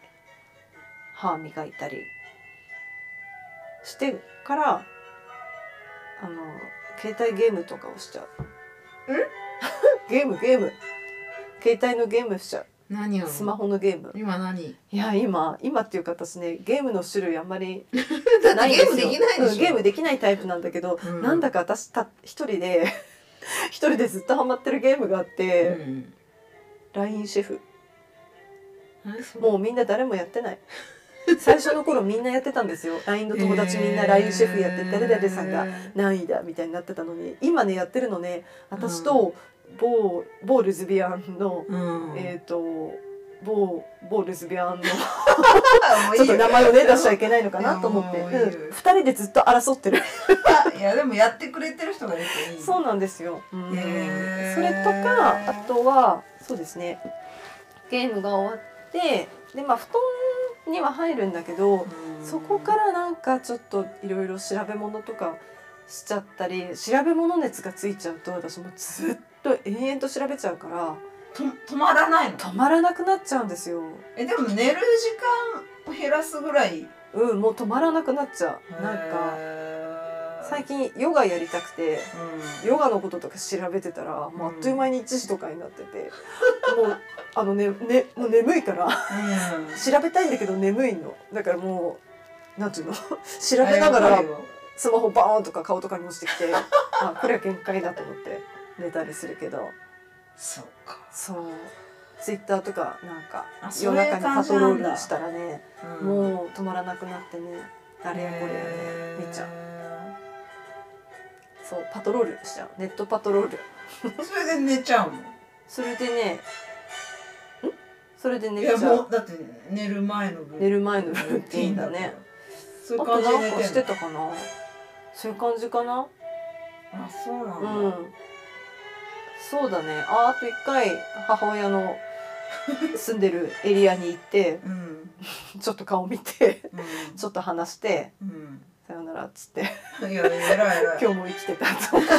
[SPEAKER 2] 歯磨いたりしてからあの携帯ゲームとかをしちゃう。ん ゲームゲーム携帯のゲームしちゃ
[SPEAKER 1] 何を
[SPEAKER 2] うスマホのゲーム
[SPEAKER 1] 今何
[SPEAKER 2] いや今今っていうか私ねゲームの種類あんまり
[SPEAKER 1] だっ
[SPEAKER 2] な
[SPEAKER 1] て
[SPEAKER 2] いん
[SPEAKER 1] ゲームで
[SPEAKER 2] ですよ
[SPEAKER 1] きないでし
[SPEAKER 2] う
[SPEAKER 1] ょ。
[SPEAKER 2] んゲームできないタイプなんだけど、
[SPEAKER 1] うん
[SPEAKER 2] なんだか私た一人で 一人でずっとハマってるゲームがあって、
[SPEAKER 1] うん。
[SPEAKER 2] LINE シェフ
[SPEAKER 1] あれそれ
[SPEAKER 2] もうみんな誰もやってない最初の頃みんなやってたんですよ LINE の友達みんな LINE シェフやって誰々さんが
[SPEAKER 1] へー
[SPEAKER 2] 何位だみたいになってたのに今ねやってるのね私と某某ルズビアンの、
[SPEAKER 1] うん。
[SPEAKER 2] えっ、と某某ルズビ アンの
[SPEAKER 1] あもうい
[SPEAKER 2] ちょっ
[SPEAKER 1] い
[SPEAKER 2] と
[SPEAKER 1] よ
[SPEAKER 2] 名前を ね出しちゃいけないのかなと思って、
[SPEAKER 1] いやも
[SPEAKER 2] うん、
[SPEAKER 1] ういいよ
[SPEAKER 2] 2人でずっと争ってる
[SPEAKER 1] いやでもやってくれてる人がいるといい。
[SPEAKER 2] そうなんですよ。うん
[SPEAKER 1] へー
[SPEAKER 2] それとかあとはそうですねゲームが終わってでまあ布団には入るんだけど
[SPEAKER 1] うん
[SPEAKER 2] そこからなんかちょっといろいろ調べ物とかしちゃったり調べ物熱がついちゃうと私もうずっと延々と調べちゃうから
[SPEAKER 1] と止まらないの。
[SPEAKER 2] 止まらなくなっちゃうんですよ。
[SPEAKER 1] えでも寝る時間を減らすぐらい。
[SPEAKER 2] うんもう止まらなくなっちゃう。なんか
[SPEAKER 1] か
[SPEAKER 2] 最近ヨガやりたくてヨガのこととか調べてたら、もうあっという間に1時とかになってて、もうあのねねもう眠いから
[SPEAKER 1] うん。
[SPEAKER 2] 調べたいんだけど眠いのだからもうなんていうの調べなが
[SPEAKER 1] あわからるよ
[SPEAKER 2] スマホバーンとか顔とかに落ちてきてあこれは限界だと思って寝たりするけど
[SPEAKER 1] そうか。
[SPEAKER 2] そうツイッターとかなんか
[SPEAKER 1] あそ
[SPEAKER 2] 夜
[SPEAKER 1] ういう
[SPEAKER 2] 中にパトロ
[SPEAKER 1] 感じなんだ
[SPEAKER 2] ールしたらね、
[SPEAKER 1] うん
[SPEAKER 2] もう止まらなくなってねあれやこれや
[SPEAKER 1] へ
[SPEAKER 2] ね
[SPEAKER 1] ー
[SPEAKER 2] 見ちゃうそうパトロールしちゃうネットパトロール
[SPEAKER 1] それで寝ちゃうの。
[SPEAKER 2] それでねんそれで寝
[SPEAKER 1] い
[SPEAKER 2] ちゃ
[SPEAKER 1] や
[SPEAKER 2] う
[SPEAKER 1] もうだって寝る前の分
[SPEAKER 2] 寝る前のルーティンだね。
[SPEAKER 1] そうい
[SPEAKER 2] あ
[SPEAKER 1] う
[SPEAKER 2] と
[SPEAKER 1] 感じ
[SPEAKER 2] なんか
[SPEAKER 1] で寝
[SPEAKER 2] し
[SPEAKER 1] て
[SPEAKER 2] て
[SPEAKER 1] る。
[SPEAKER 2] たかなそういう感じかな
[SPEAKER 1] あ、そうな
[SPEAKER 2] うん
[SPEAKER 1] だ。
[SPEAKER 2] んそうだねああと一回母親 の住んでるエリアに行って
[SPEAKER 1] うん。
[SPEAKER 2] ちょっと顔見て
[SPEAKER 1] うん
[SPEAKER 2] ちょっと話して
[SPEAKER 1] う
[SPEAKER 2] さよならっつって
[SPEAKER 1] ん。いや、偉い偉い。
[SPEAKER 2] 今日も生きてたと思って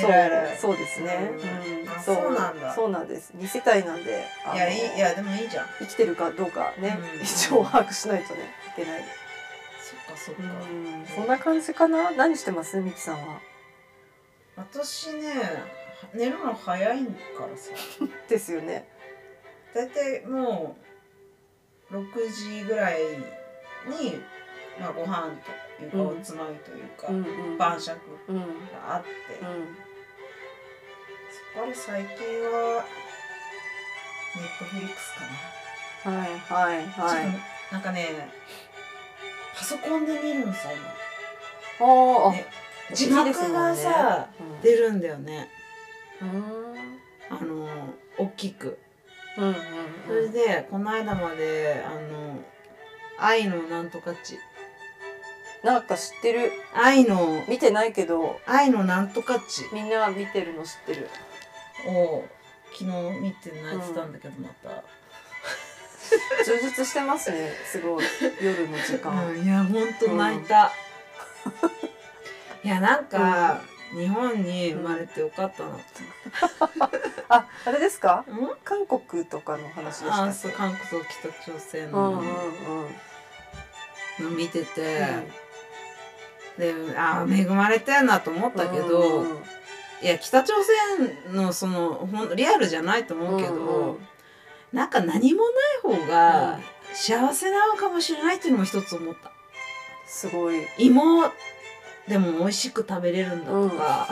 [SPEAKER 2] そう
[SPEAKER 1] 偉い偉い
[SPEAKER 2] そうですね、
[SPEAKER 1] うん
[SPEAKER 2] うん
[SPEAKER 1] あそうなんだ
[SPEAKER 2] そうなんです2世帯なんであの
[SPEAKER 1] いや、いい、いや、でもいいじゃん。
[SPEAKER 2] 生きてるかどうかね、
[SPEAKER 1] うん
[SPEAKER 2] 一応把握しないとねいけない
[SPEAKER 1] そっか、そっ
[SPEAKER 2] う
[SPEAKER 1] か。
[SPEAKER 2] んそんな感じかな何してますみきさんは
[SPEAKER 1] 私ね、寝るの早いからさ。
[SPEAKER 2] ですよね
[SPEAKER 1] だいたいもう。六時ぐらいに。まあ、ご飯というか、
[SPEAKER 2] うん
[SPEAKER 1] おつまみというか
[SPEAKER 2] う。んうん
[SPEAKER 1] 晩酌
[SPEAKER 2] うん
[SPEAKER 1] があって。
[SPEAKER 2] うん
[SPEAKER 1] そこから最近は。ネットフリックスかな。
[SPEAKER 2] はいはいは
[SPEAKER 1] ちょっ
[SPEAKER 2] い
[SPEAKER 1] となんかねパソコンで見るのさ
[SPEAKER 2] あ
[SPEAKER 1] 今、
[SPEAKER 2] あ、
[SPEAKER 1] ね、字幕がさ、出るんだよね
[SPEAKER 2] うんうん
[SPEAKER 1] あの大きく
[SPEAKER 2] うんうん
[SPEAKER 1] それでこの間まであの「愛のなんとかち」
[SPEAKER 2] なんか知ってる
[SPEAKER 1] 「愛の
[SPEAKER 2] 見てないけど
[SPEAKER 1] 愛のなんとかち
[SPEAKER 2] みんな見てるの知ってる」
[SPEAKER 1] を昨日見て泣いてたんだけどまた、
[SPEAKER 2] 充実してますねすごい夜の時 間、
[SPEAKER 1] うんいやほんと泣いた、いやなんか、日本に生まれてよかったなって、
[SPEAKER 2] ああれですか
[SPEAKER 1] うん、
[SPEAKER 2] 韓国とかの話でした
[SPEAKER 1] あ
[SPEAKER 2] っ
[SPEAKER 1] そう
[SPEAKER 2] け
[SPEAKER 1] 韓国と北朝鮮
[SPEAKER 2] うんうん
[SPEAKER 1] の
[SPEAKER 2] うん、うん、
[SPEAKER 1] の見てて、であー恵まれてんなと思ったけど、
[SPEAKER 2] うんうんうん
[SPEAKER 1] いや北朝鮮のそのほんリアルじゃないと思うけど、
[SPEAKER 2] うんうん
[SPEAKER 1] なんか何もない方が
[SPEAKER 2] うん
[SPEAKER 1] 幸せなのかもしれないっていうのも一つ思った
[SPEAKER 2] すごい
[SPEAKER 1] 芋でも美味しく食べれるんだとか、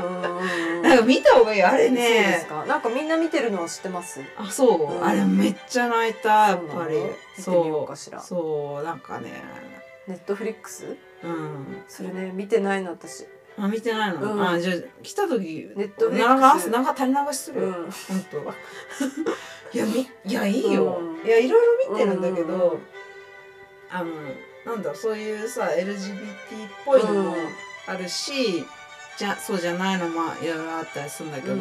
[SPEAKER 1] なんか見た方がいいあれ
[SPEAKER 2] そうです
[SPEAKER 1] ね
[SPEAKER 2] か。なんかみんな見てるのは知ってます。
[SPEAKER 1] あそう、
[SPEAKER 2] うん
[SPEAKER 1] あれめっちゃ泣いたやっぱり
[SPEAKER 2] そうなの見てみよう
[SPEAKER 1] そ
[SPEAKER 2] か
[SPEAKER 1] う
[SPEAKER 2] しら
[SPEAKER 1] そうなんかね
[SPEAKER 2] ネットフリックス？
[SPEAKER 1] うん
[SPEAKER 2] それね見てないの私。
[SPEAKER 1] あ見てないの、
[SPEAKER 2] うん
[SPEAKER 1] あじゃあ来た時
[SPEAKER 2] ネットフリック
[SPEAKER 1] 流
[SPEAKER 2] ス
[SPEAKER 1] すなんか垂れ流しするよ、
[SPEAKER 2] うん
[SPEAKER 1] 本当 いやみいやいいよ、
[SPEAKER 2] うん
[SPEAKER 1] いやいろいろ見てるんだけど、
[SPEAKER 2] うんうんうん
[SPEAKER 1] あのなんだろうそういうさ LGBT っぽいのもあるし、じゃそうじゃないのもいろいろあったりするんだけど、
[SPEAKER 2] うん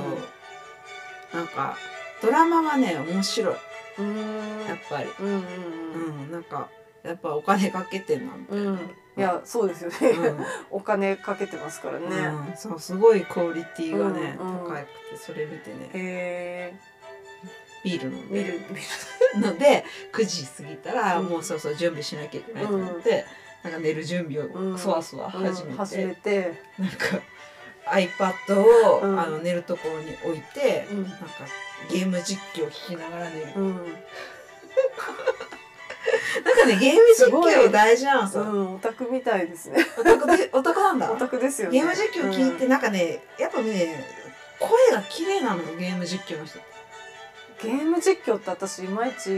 [SPEAKER 1] なんかドラマはね面白い
[SPEAKER 2] うん
[SPEAKER 1] やっぱり、
[SPEAKER 2] うんうん
[SPEAKER 1] うん、なんかやっぱお金かけてんなみたい
[SPEAKER 2] うん
[SPEAKER 1] な、
[SPEAKER 2] うんいやそうですよ
[SPEAKER 1] う
[SPEAKER 2] ね
[SPEAKER 1] ん
[SPEAKER 2] お金かけてますからね
[SPEAKER 1] うん、そうすごいクオリティがね、
[SPEAKER 2] うんうん
[SPEAKER 1] 高くてそれ見てね
[SPEAKER 2] へえ
[SPEAKER 1] ビール飲ん
[SPEAKER 2] 見
[SPEAKER 1] で
[SPEAKER 2] る見る
[SPEAKER 1] ので9時過ぎたら、
[SPEAKER 2] うん
[SPEAKER 1] もうそろそろ準備しなきゃいけないと思って、なんか寝る準備
[SPEAKER 2] う
[SPEAKER 1] を
[SPEAKER 2] ん
[SPEAKER 1] そわそわ始
[SPEAKER 2] う
[SPEAKER 1] め
[SPEAKER 2] ん
[SPEAKER 1] て、
[SPEAKER 2] 始めて
[SPEAKER 1] なんか iPad を、
[SPEAKER 2] うん
[SPEAKER 1] あの寝るところに置いて、
[SPEAKER 2] うん
[SPEAKER 1] なんかゲーム実況を聞きながら寝る、
[SPEAKER 2] うん
[SPEAKER 1] なんかねゲーム
[SPEAKER 2] す
[SPEAKER 1] 実
[SPEAKER 2] ごい
[SPEAKER 1] 況大事なの
[SPEAKER 2] う
[SPEAKER 1] さ、
[SPEAKER 2] んオタクみたいですね
[SPEAKER 1] オタクでオタクなんだ
[SPEAKER 2] オタクですよね
[SPEAKER 1] ゲーム実況聞いて、
[SPEAKER 2] うん
[SPEAKER 1] なんかねやっぱね声が綺麗なのよゲーム実況の人って
[SPEAKER 2] ゲーム実況って私いまいち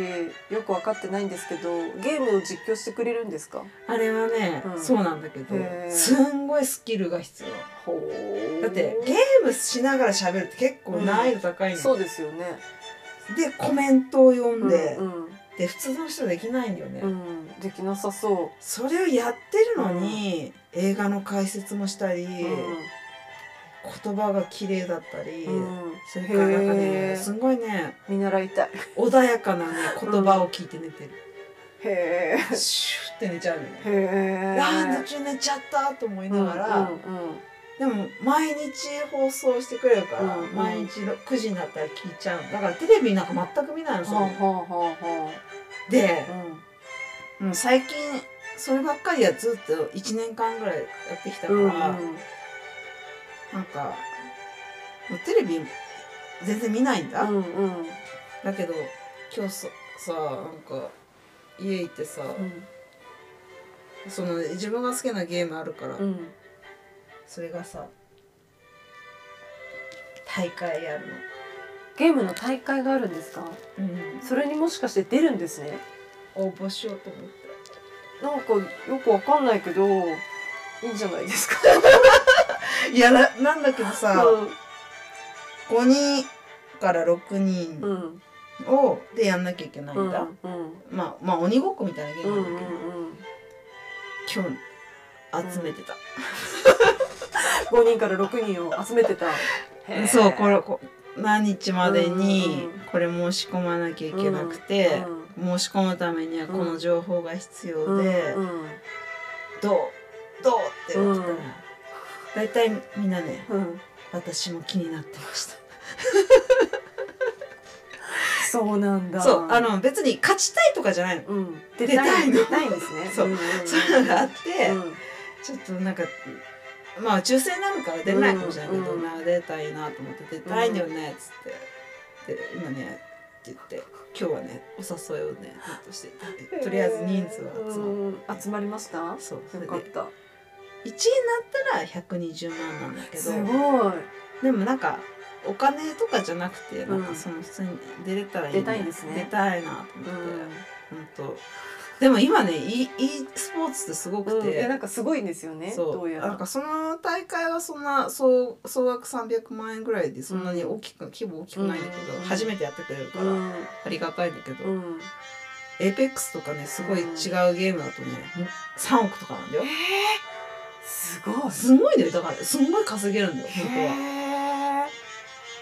[SPEAKER 2] よく分かってないんですけどゲームを実況してくれるんですか
[SPEAKER 1] あれはね、
[SPEAKER 2] うん
[SPEAKER 1] そうなんだけど
[SPEAKER 2] へー
[SPEAKER 1] すんごいスキルが必要
[SPEAKER 2] ほう
[SPEAKER 1] だってゲームしながら喋るって結構難易度高いの、
[SPEAKER 2] そうですよね
[SPEAKER 1] でコメントを読んで、
[SPEAKER 2] うん
[SPEAKER 1] で普通の人できないんだよね、
[SPEAKER 2] うんうんできなさそ
[SPEAKER 1] それをやってるのに、映画の解説もしたり、
[SPEAKER 2] う、うん
[SPEAKER 1] 言葉が綺麗だったり、
[SPEAKER 2] うん、
[SPEAKER 1] それからなんか
[SPEAKER 2] へー
[SPEAKER 1] ねすごいね
[SPEAKER 2] 見習いたい
[SPEAKER 1] 穏やかなね言葉を聞いて寝てる、
[SPEAKER 2] へー
[SPEAKER 1] シューって寝ちゃうよね
[SPEAKER 2] へえ
[SPEAKER 1] あー途中寝ちゃったと思いながら、
[SPEAKER 2] うんうん
[SPEAKER 1] でも毎日放送してくれるから、
[SPEAKER 2] うん
[SPEAKER 1] 毎日の9時になったら聞いちゃうのだからテレビなんか全く見ないの
[SPEAKER 2] うん、
[SPEAKER 1] そ
[SPEAKER 2] はあ
[SPEAKER 1] れ
[SPEAKER 2] はあはあは
[SPEAKER 1] で
[SPEAKER 2] あ、うん
[SPEAKER 1] もう最近そればっかりはずっと1年間ぐらいやってきたから、
[SPEAKER 2] うん
[SPEAKER 1] なんかもうテレビ全然見ないんだ、
[SPEAKER 2] うんうん
[SPEAKER 1] だけど今日ささなんか家行ってさ、
[SPEAKER 2] うん
[SPEAKER 1] その自分が好きなゲームあるから、
[SPEAKER 2] うん
[SPEAKER 1] それがさ大会やる
[SPEAKER 2] ゲームの大会があるんですか
[SPEAKER 1] の、
[SPEAKER 2] それにもしかして出るんですね
[SPEAKER 1] 応募しようと思って
[SPEAKER 2] なんかよくわかんないけどいいんじゃないですか
[SPEAKER 1] いやななんだけどさ、
[SPEAKER 2] う
[SPEAKER 1] 5人から6人
[SPEAKER 2] んうん
[SPEAKER 1] をでやんなきゃいけない
[SPEAKER 2] うんん
[SPEAKER 1] だ、
[SPEAKER 2] うん
[SPEAKER 1] まあまあ鬼ごっこみたいなゲー
[SPEAKER 2] う
[SPEAKER 1] ム
[SPEAKER 2] ん
[SPEAKER 1] なんだけど、
[SPEAKER 2] うん
[SPEAKER 1] 今日集めてた、
[SPEAKER 2] 五人から六人を集めてたへー
[SPEAKER 1] そうこれこ何日までに
[SPEAKER 2] うん
[SPEAKER 1] これ申し込まなきゃいけなくて、
[SPEAKER 2] うん
[SPEAKER 1] 申し込むためにはこの情報が必要で、
[SPEAKER 2] うんうん
[SPEAKER 1] どうどうって起きたら、
[SPEAKER 2] うん
[SPEAKER 1] 大体みんなね
[SPEAKER 2] うん
[SPEAKER 1] 私も気になってました
[SPEAKER 2] そうなんだ
[SPEAKER 1] そうあの別に勝ちたいとかじゃないの、
[SPEAKER 2] うん
[SPEAKER 1] 出
[SPEAKER 2] 出
[SPEAKER 1] た
[SPEAKER 2] た
[SPEAKER 1] い
[SPEAKER 2] い出たいんです ね
[SPEAKER 1] そうん
[SPEAKER 2] ん
[SPEAKER 1] そういうのがあって、
[SPEAKER 2] うん
[SPEAKER 1] ちょっとなんかまあ抽選なのから出れないかもしれないけど、
[SPEAKER 2] うん
[SPEAKER 1] な出たいなと思って出たいんだよねっつってで今ねって言って今日はねお誘いをねずっとしててとりあえず人数は集まって、
[SPEAKER 2] うん集まりましたよ
[SPEAKER 1] そうそれで
[SPEAKER 2] かっ
[SPEAKER 1] 1
[SPEAKER 2] た
[SPEAKER 1] 位になったら120万なんだけ
[SPEAKER 2] す
[SPEAKER 1] ど
[SPEAKER 2] ごい
[SPEAKER 1] でもなんかお金とかじゃなくてなん
[SPEAKER 2] う
[SPEAKER 1] か
[SPEAKER 2] ん
[SPEAKER 1] その普通に出れたらいいな
[SPEAKER 2] 出たいですね
[SPEAKER 1] 出たいなと思っ
[SPEAKER 2] う
[SPEAKER 1] て、
[SPEAKER 2] ん
[SPEAKER 1] 本当でも今ね e, e スポーツってすごく
[SPEAKER 2] うんい
[SPEAKER 1] て、
[SPEAKER 2] やなんかすごいんですよね
[SPEAKER 1] そ
[SPEAKER 2] ど
[SPEAKER 1] う
[SPEAKER 2] うや
[SPEAKER 1] なん
[SPEAKER 2] ら
[SPEAKER 1] かその大会はそんな総総額300万円ぐらいでそんなに大きく、規模大きくないんだけど、
[SPEAKER 2] うん
[SPEAKER 1] 初めてやってくれるか
[SPEAKER 2] う
[SPEAKER 1] ら、
[SPEAKER 2] ん
[SPEAKER 1] ありがたいんだけど、
[SPEAKER 2] うん
[SPEAKER 1] エーペックスとかねすごい違うゲームだとね、3億とかなんだよ
[SPEAKER 2] すごい
[SPEAKER 1] すごいねだからすんごい稼げるんだよ本当は
[SPEAKER 2] へー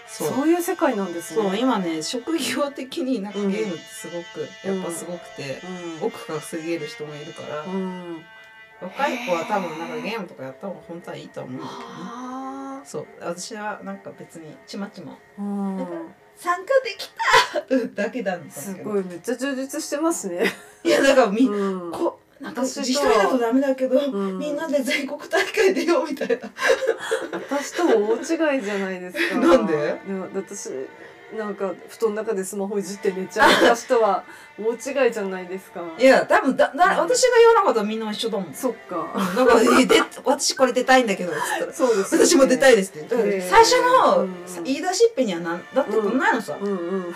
[SPEAKER 1] そう
[SPEAKER 2] そういう世界なんですね
[SPEAKER 1] そう今ね職業的になんかゲ
[SPEAKER 2] うん
[SPEAKER 1] ームってすごく、やっぱすごくて、
[SPEAKER 2] うん
[SPEAKER 1] 奥が稼げる人もいるから、
[SPEAKER 2] うん
[SPEAKER 1] 若い子は多分なんかゲームとかやった方が本当はいいと思うんだけどね
[SPEAKER 2] は
[SPEAKER 1] そう私はなんか別にちまちま
[SPEAKER 2] あうん
[SPEAKER 1] 参加できたうんだけなんです
[SPEAKER 2] す
[SPEAKER 1] けど
[SPEAKER 2] ごいめっちゃ充実してますね
[SPEAKER 1] いやだからみ、
[SPEAKER 2] うん
[SPEAKER 1] こなんか
[SPEAKER 2] 私と
[SPEAKER 1] 一人だとダメだけど、
[SPEAKER 2] うん
[SPEAKER 1] みんなで全国大会出ようみたいな
[SPEAKER 2] 私とも大違いじゃないです か
[SPEAKER 1] なんで
[SPEAKER 2] も私なんか布団の中でスマホいじって寝ちゃう私とは大違いじゃないですか
[SPEAKER 1] いや多分だだ
[SPEAKER 2] うん
[SPEAKER 1] 私が言わなかったらみんな一緒だもん、
[SPEAKER 2] そっか
[SPEAKER 1] なんか、えで私これ出たいんだけどっつったら
[SPEAKER 2] そうですよね
[SPEAKER 1] 私も出たいですって言ったら
[SPEAKER 2] へー
[SPEAKER 1] 最初の
[SPEAKER 2] うん
[SPEAKER 1] 言い出しっぺにはなんだってくんないのさ、
[SPEAKER 2] うんうん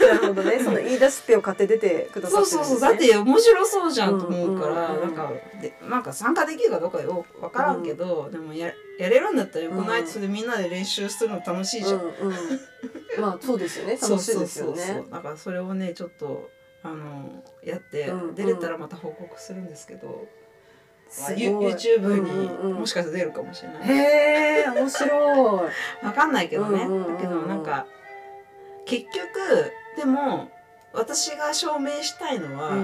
[SPEAKER 2] なるほど ね。その言い出す手を買って出てくだ
[SPEAKER 1] そ
[SPEAKER 2] さっ
[SPEAKER 1] う
[SPEAKER 2] てるん
[SPEAKER 1] そう
[SPEAKER 2] です
[SPEAKER 1] そ
[SPEAKER 2] ね。
[SPEAKER 1] うだって面白そうじゃんと思うから、
[SPEAKER 2] うんうんうんうん
[SPEAKER 1] なんかでなんか参加できるかどうかよく分からんけど、でもややれるんだったらよくないっ
[SPEAKER 2] うん
[SPEAKER 1] てそれでみんなで練習するの楽しいじゃん、
[SPEAKER 2] うんうん。まあそうですよね。
[SPEAKER 1] そう
[SPEAKER 2] 楽しい
[SPEAKER 1] そう
[SPEAKER 2] です
[SPEAKER 1] そ
[SPEAKER 2] よ
[SPEAKER 1] うそ
[SPEAKER 2] ね
[SPEAKER 1] う。だからそれをねちょっとあのやって、
[SPEAKER 2] うんうん
[SPEAKER 1] 出れたらまた報告するんですけど、まあ
[SPEAKER 2] すごい
[SPEAKER 1] You- YouTube に
[SPEAKER 2] うんうんうん
[SPEAKER 1] もしかしたら出るかもしれない、
[SPEAKER 2] へえ面白い。
[SPEAKER 1] わかんないけどね、
[SPEAKER 2] うんうんうんうん
[SPEAKER 1] だけどなんか結局でも私が証明したいのは、
[SPEAKER 2] う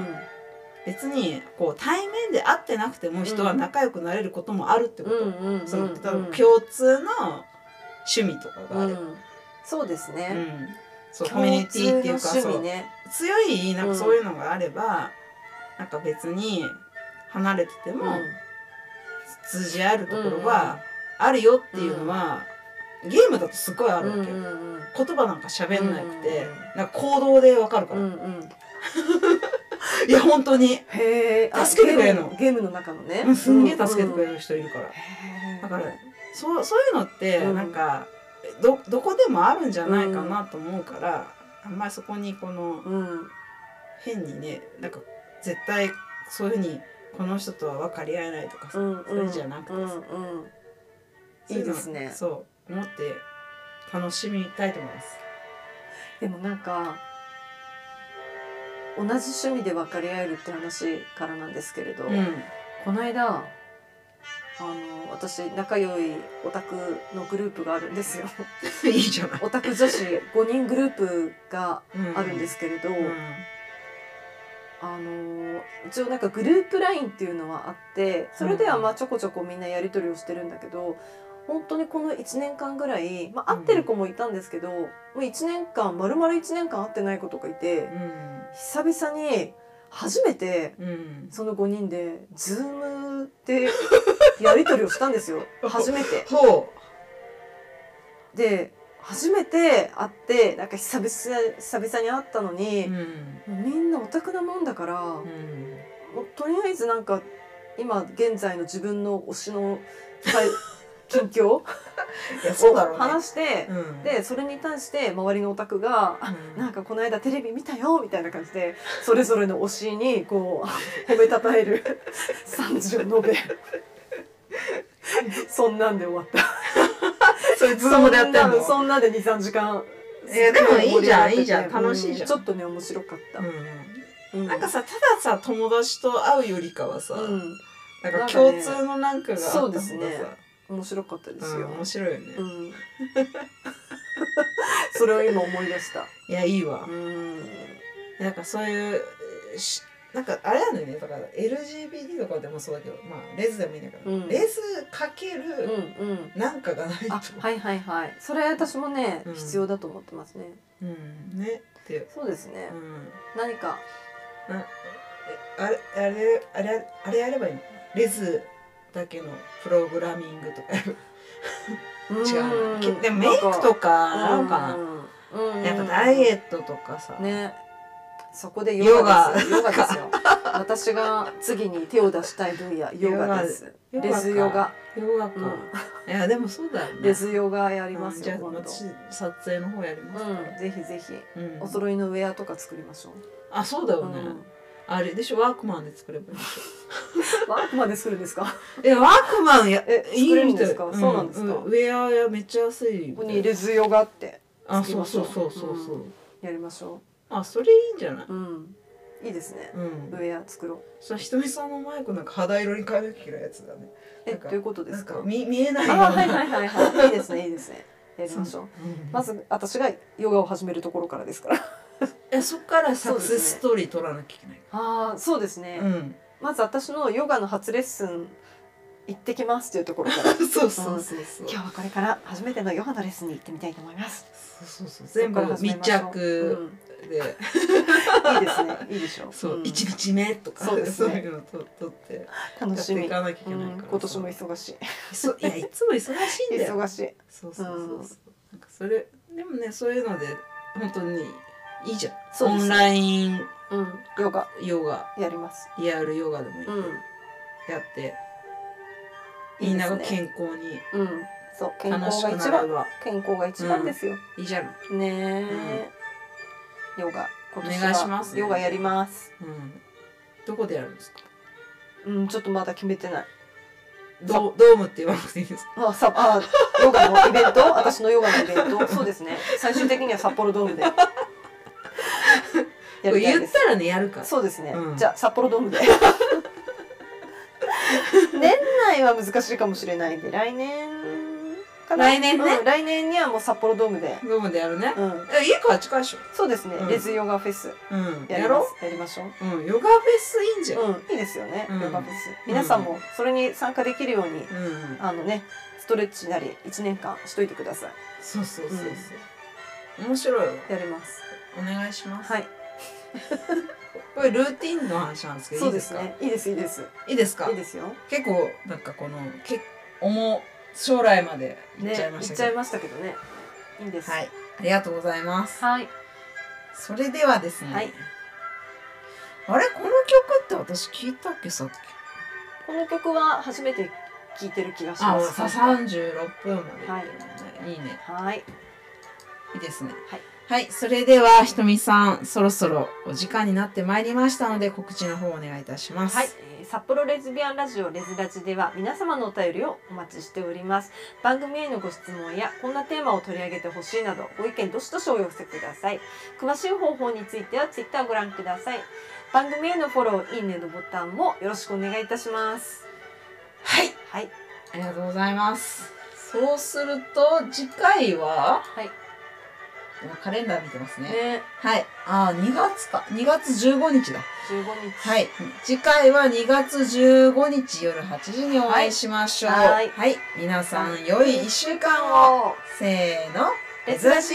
[SPEAKER 1] 別にこう対面で会ってなくても人は仲良くなれることもあるってこと、
[SPEAKER 2] んうんうん。
[SPEAKER 1] その多分
[SPEAKER 2] うん
[SPEAKER 1] 共通の趣味とかがあ
[SPEAKER 2] う
[SPEAKER 1] る、
[SPEAKER 2] ん。そうです
[SPEAKER 1] うん
[SPEAKER 2] ね。
[SPEAKER 1] そうコミュニティっていうか
[SPEAKER 2] 共通の
[SPEAKER 1] そ
[SPEAKER 2] 趣
[SPEAKER 1] う
[SPEAKER 2] 味ね。
[SPEAKER 1] 強いなんかそういうのがあれば、なんか別に離れてても通じ合えるところはあるよっていうのは、ゲームだとすごいあ
[SPEAKER 2] う
[SPEAKER 1] るわ
[SPEAKER 2] んう
[SPEAKER 1] けよ、
[SPEAKER 2] んうん
[SPEAKER 1] 言葉なんか喋んなくて、
[SPEAKER 2] うん
[SPEAKER 1] なんか行動でわかるか
[SPEAKER 2] う
[SPEAKER 1] ら、
[SPEAKER 2] んうん。
[SPEAKER 1] いや本当に、
[SPEAKER 2] へえ。あ
[SPEAKER 1] 助けてくれるの
[SPEAKER 2] ゲームゲームの中のね
[SPEAKER 1] う。ん、すんげえ助けてくれ
[SPEAKER 2] る。
[SPEAKER 1] る人いるから、
[SPEAKER 2] へー
[SPEAKER 1] だからそうそういうのって
[SPEAKER 2] うん
[SPEAKER 1] なんか、どどこでもあるんじゃないかなと思うから、あんまりそこにこの
[SPEAKER 2] うん。
[SPEAKER 1] 変にねなんか絶対そういうふうにこの人とは分かり合えないとかさ、
[SPEAKER 2] うんうん
[SPEAKER 1] それじゃなくて
[SPEAKER 2] うん
[SPEAKER 1] さ
[SPEAKER 2] うん。
[SPEAKER 1] そううの
[SPEAKER 2] いいですね
[SPEAKER 1] そう思って楽しみたいと思います。
[SPEAKER 2] でもなんか同じ趣味で分かり合えるって話からなんですけれど、
[SPEAKER 1] うん
[SPEAKER 2] この間あの私仲良いオタクのグループがあるんですよ
[SPEAKER 1] いいじゃない。
[SPEAKER 2] オタク女子5人グループがあるんですすけれど、
[SPEAKER 1] けど
[SPEAKER 2] あの一応なんかグループ LINE っていうのはあってそれではまあちょこちょこみんなやり取りをしてるんだけど本当にこの1年間ぐらい、まあ、会ってる子もいたんですけど、もう1年間丸々1年間会ってない子とかいて。
[SPEAKER 1] うん
[SPEAKER 2] 久々に初めて
[SPEAKER 1] うん
[SPEAKER 2] その5人で Zoom でやり取りをしたんです よ初めて。
[SPEAKER 1] ほ
[SPEAKER 2] で初めて会ってなんか久々久々に会ったの
[SPEAKER 1] う、
[SPEAKER 2] に、
[SPEAKER 1] ん
[SPEAKER 2] もうみんなオタクなもんだから、
[SPEAKER 1] う
[SPEAKER 2] も
[SPEAKER 1] ん、
[SPEAKER 2] うとりあえずなんか今現在の自分の推しの 最近況を
[SPEAKER 1] いやそうだろうね。
[SPEAKER 2] 話して、
[SPEAKER 1] うん、
[SPEAKER 2] でそれに対して周りのオタクが
[SPEAKER 1] うん
[SPEAKER 2] なんかこの間テレビ見たよみたいな感じでそれぞれの推しにこ う褒めたたえる30延べそんなんで終わった
[SPEAKER 1] それズームでやってんの。
[SPEAKER 2] そんなんで23時間
[SPEAKER 1] いやでもいいじゃん
[SPEAKER 2] すご盛り上がってて
[SPEAKER 1] いいじゃん楽しいじゃん
[SPEAKER 2] うちょっとね面白かった、
[SPEAKER 1] うん
[SPEAKER 2] う
[SPEAKER 1] なんかさたださ友達と会うよりかはさ、
[SPEAKER 2] うん
[SPEAKER 1] なんか共通のなんかがあった
[SPEAKER 2] そ
[SPEAKER 1] 方
[SPEAKER 2] う
[SPEAKER 1] が
[SPEAKER 2] です
[SPEAKER 1] さ、
[SPEAKER 2] ね面白かったで
[SPEAKER 1] う
[SPEAKER 2] すよ
[SPEAKER 1] ん、面白いよね、
[SPEAKER 2] うんそれを今思い出した
[SPEAKER 1] いやいいわ
[SPEAKER 2] うん
[SPEAKER 1] なんかそういうしなんかあれなんだよねだから LGBT とかでもそうだけどまあレズでもいいんだけど、
[SPEAKER 2] うん
[SPEAKER 1] レズかけ
[SPEAKER 2] うん
[SPEAKER 1] る
[SPEAKER 2] うん
[SPEAKER 1] なんかがないと、
[SPEAKER 2] あはいはいはいそれ私もね、
[SPEAKER 1] うん
[SPEAKER 2] 必要だと思ってますね
[SPEAKER 1] うんねって、
[SPEAKER 2] そうですね
[SPEAKER 1] う、ん、
[SPEAKER 2] 何か
[SPEAKER 1] なえあれあれあれあれやればいいのレズだけのプログラミングとかやる
[SPEAKER 2] 違
[SPEAKER 1] 違うなきでもメイクとかなんかな
[SPEAKER 2] うん
[SPEAKER 1] やっぱダイエットとかさ、
[SPEAKER 2] ねそこで
[SPEAKER 1] ヨ
[SPEAKER 2] ヨ
[SPEAKER 1] ガ
[SPEAKER 2] ガですよヨガですよ私が次に手を出したい分野ヨガです
[SPEAKER 1] ヨガ
[SPEAKER 2] レ
[SPEAKER 1] か
[SPEAKER 2] ズヨガ、
[SPEAKER 1] ヨガか、
[SPEAKER 2] う
[SPEAKER 1] いやでもそうだよね
[SPEAKER 2] ん、レズヨガやりま
[SPEAKER 1] うん
[SPEAKER 2] す
[SPEAKER 1] じゃ
[SPEAKER 2] よ
[SPEAKER 1] あ
[SPEAKER 2] 今度
[SPEAKER 1] 私撮影の方やりますか
[SPEAKER 2] うんぜひぜひ
[SPEAKER 1] ら、うん
[SPEAKER 2] お揃いのウェアとか作りましょ
[SPEAKER 1] あそうだ
[SPEAKER 2] う、
[SPEAKER 1] よね、
[SPEAKER 2] うん、
[SPEAKER 1] あれでしょワークマンで作ればいいでし
[SPEAKER 2] ワークまでするんですか
[SPEAKER 1] ょえワークマンや
[SPEAKER 2] え
[SPEAKER 1] いい
[SPEAKER 2] 作れる
[SPEAKER 1] み
[SPEAKER 2] ん
[SPEAKER 1] た
[SPEAKER 2] で
[SPEAKER 1] い
[SPEAKER 2] すかそうなんですか
[SPEAKER 1] ウェアやめっちゃ安いみ
[SPEAKER 2] ここ
[SPEAKER 1] た
[SPEAKER 2] に
[SPEAKER 1] い
[SPEAKER 2] レズヨガって
[SPEAKER 1] あ
[SPEAKER 2] つけ
[SPEAKER 1] そう
[SPEAKER 2] まし
[SPEAKER 1] そ
[SPEAKER 2] ょ
[SPEAKER 1] う
[SPEAKER 2] う
[SPEAKER 1] そうそうそう、
[SPEAKER 2] やりましょ
[SPEAKER 1] あそれいいんじゃないう
[SPEAKER 2] うんいいですね
[SPEAKER 1] うん、
[SPEAKER 2] ウェア作ろう
[SPEAKER 1] そうひとみさんのマイクなんか肌色に変えなきゃいけないやつだね
[SPEAKER 2] え
[SPEAKER 1] なんか
[SPEAKER 2] ということで
[SPEAKER 1] なん
[SPEAKER 2] す
[SPEAKER 1] か
[SPEAKER 2] か
[SPEAKER 1] 見見えない
[SPEAKER 2] あはい
[SPEAKER 1] い
[SPEAKER 2] はいはい はいいいですねいいですねやりましょうま
[SPEAKER 1] ず
[SPEAKER 2] ず私がヨガを始めるところからですから
[SPEAKER 1] えそっからサ
[SPEAKER 2] そう
[SPEAKER 1] ク
[SPEAKER 2] です
[SPEAKER 1] セ
[SPEAKER 2] ね
[SPEAKER 1] スストーリー取らなきゃいけない
[SPEAKER 2] ああそうですね
[SPEAKER 1] う
[SPEAKER 2] まず私のヨガの初レッスン行ってきますというところから
[SPEAKER 1] んそうそうそうそう
[SPEAKER 2] 今日はこれから初めてのヨガのレッスンに行ってみたいと思います
[SPEAKER 1] そうそうそう全部
[SPEAKER 2] そこから始め
[SPEAKER 1] 密
[SPEAKER 2] ましょう
[SPEAKER 1] 着で、
[SPEAKER 2] うんいいですねいいでしょ
[SPEAKER 1] そう、
[SPEAKER 2] ん
[SPEAKER 1] 一日目とか
[SPEAKER 2] そうですね
[SPEAKER 1] いうのと取って
[SPEAKER 2] 楽し
[SPEAKER 1] やって
[SPEAKER 2] み
[SPEAKER 1] いかなきゃいけ
[SPEAKER 2] う
[SPEAKER 1] ない
[SPEAKER 2] ん
[SPEAKER 1] からさ、
[SPEAKER 2] 今年も忙し
[SPEAKER 1] そういやいつも忙しい
[SPEAKER 2] い
[SPEAKER 1] んだよ
[SPEAKER 2] 忙しい
[SPEAKER 1] そうそうそうそう、なんかそれでもねそういうので本当にいいじゃん
[SPEAKER 2] そうです
[SPEAKER 1] オンライン
[SPEAKER 2] うんヨガ
[SPEAKER 1] ヨガ
[SPEAKER 2] やります
[SPEAKER 1] リアルヨガでもいい、
[SPEAKER 2] うん
[SPEAKER 1] やって
[SPEAKER 2] い
[SPEAKER 1] み
[SPEAKER 2] い
[SPEAKER 1] ん
[SPEAKER 2] で
[SPEAKER 1] な
[SPEAKER 2] す
[SPEAKER 1] が
[SPEAKER 2] ね
[SPEAKER 1] 健康に
[SPEAKER 2] うんそう健
[SPEAKER 1] 楽
[SPEAKER 2] 康
[SPEAKER 1] し
[SPEAKER 2] が
[SPEAKER 1] く
[SPEAKER 2] 一
[SPEAKER 1] なれ
[SPEAKER 2] 番
[SPEAKER 1] ば
[SPEAKER 2] 健康が一番ですよ
[SPEAKER 1] いいじゃん
[SPEAKER 2] ねえヨガ今年は
[SPEAKER 1] お願いしますね
[SPEAKER 2] ヨガやります
[SPEAKER 1] うん、どこでやるんですか
[SPEAKER 2] うんちょっとまだ決めてない
[SPEAKER 1] ドドームって言わなくていいですか
[SPEAKER 2] あさあヨガのイベント 私のヨガのイベントそうですね最終的には札幌ド ームでやりたい
[SPEAKER 1] 言
[SPEAKER 2] で
[SPEAKER 1] っ
[SPEAKER 2] す
[SPEAKER 1] たらねやるから
[SPEAKER 2] そうですね、
[SPEAKER 1] うん
[SPEAKER 2] じゃあ札幌ドー ムで年内は難しいかもしれないんで来年かな
[SPEAKER 1] 来年ね
[SPEAKER 2] うん来年にはもう札幌ドームで、
[SPEAKER 1] ドームでやるね、
[SPEAKER 2] うん、
[SPEAKER 1] え家から近いでしょ
[SPEAKER 2] そうですね、
[SPEAKER 1] うん
[SPEAKER 2] レズヨガフェス
[SPEAKER 1] うんや
[SPEAKER 2] やりま
[SPEAKER 1] ろ
[SPEAKER 2] すやりましょう
[SPEAKER 1] う、うん、ヨガフェスいいんじゃん、うん
[SPEAKER 2] うん、いいですよね、
[SPEAKER 1] うん
[SPEAKER 2] ヨガフェス皆さんもそれに参加できるように、あのねストレッチなり1年間しといてください
[SPEAKER 1] そうそうそうそう、面白いわ
[SPEAKER 2] やります
[SPEAKER 1] お願いします、
[SPEAKER 2] はい
[SPEAKER 1] これルーティンの話なんですけど
[SPEAKER 2] そ
[SPEAKER 1] いうい
[SPEAKER 2] で
[SPEAKER 1] です
[SPEAKER 2] す
[SPEAKER 1] か
[SPEAKER 2] ねいいですいいです
[SPEAKER 1] いいですか
[SPEAKER 2] いいですよ
[SPEAKER 1] 結構なんかこのけ重将来までい
[SPEAKER 2] ね
[SPEAKER 1] っちゃい
[SPEAKER 2] 行
[SPEAKER 1] ま
[SPEAKER 2] っ
[SPEAKER 1] した
[SPEAKER 2] ち
[SPEAKER 1] け
[SPEAKER 2] ゃ
[SPEAKER 1] ど、
[SPEAKER 2] いましたけどねいいんです
[SPEAKER 1] はいありがとうございます
[SPEAKER 2] はい
[SPEAKER 1] それではですね、
[SPEAKER 2] はい
[SPEAKER 1] あれこの曲って私聞いたっけさっき
[SPEAKER 2] この曲は初めて聴いてる気がし
[SPEAKER 1] あ
[SPEAKER 2] ま
[SPEAKER 1] もう
[SPEAKER 2] す
[SPEAKER 1] さ
[SPEAKER 2] は
[SPEAKER 1] 36分まで、い、いいね
[SPEAKER 2] い
[SPEAKER 1] いいですね
[SPEAKER 2] はい、
[SPEAKER 1] はい、それではひとみさんそろそろお時間になってまいりましたので告知の方お願いいたします
[SPEAKER 2] はい、えー札幌レズビアンラジオレズラジでは皆様のお便りをお待ちしております番組へのご質問やこんなテーマを取り上げてほしいなどご意見どしどしお寄せください詳しい方法についてはツイッターをご覧ください番組へのフォローいいねのボタンもよろしくお願いいたします
[SPEAKER 1] はい
[SPEAKER 2] はい
[SPEAKER 1] ありがとうございますそうすると次回は
[SPEAKER 2] はい
[SPEAKER 1] 今カレンダー見てますね
[SPEAKER 2] ね
[SPEAKER 1] はいあー2月か2月15日だ
[SPEAKER 2] 15日
[SPEAKER 1] はい次回は2月15日夜8時にお会いしましょう
[SPEAKER 2] はい
[SPEAKER 1] 皆さん良い1週間を
[SPEAKER 2] を
[SPEAKER 1] せーの
[SPEAKER 2] レズラジ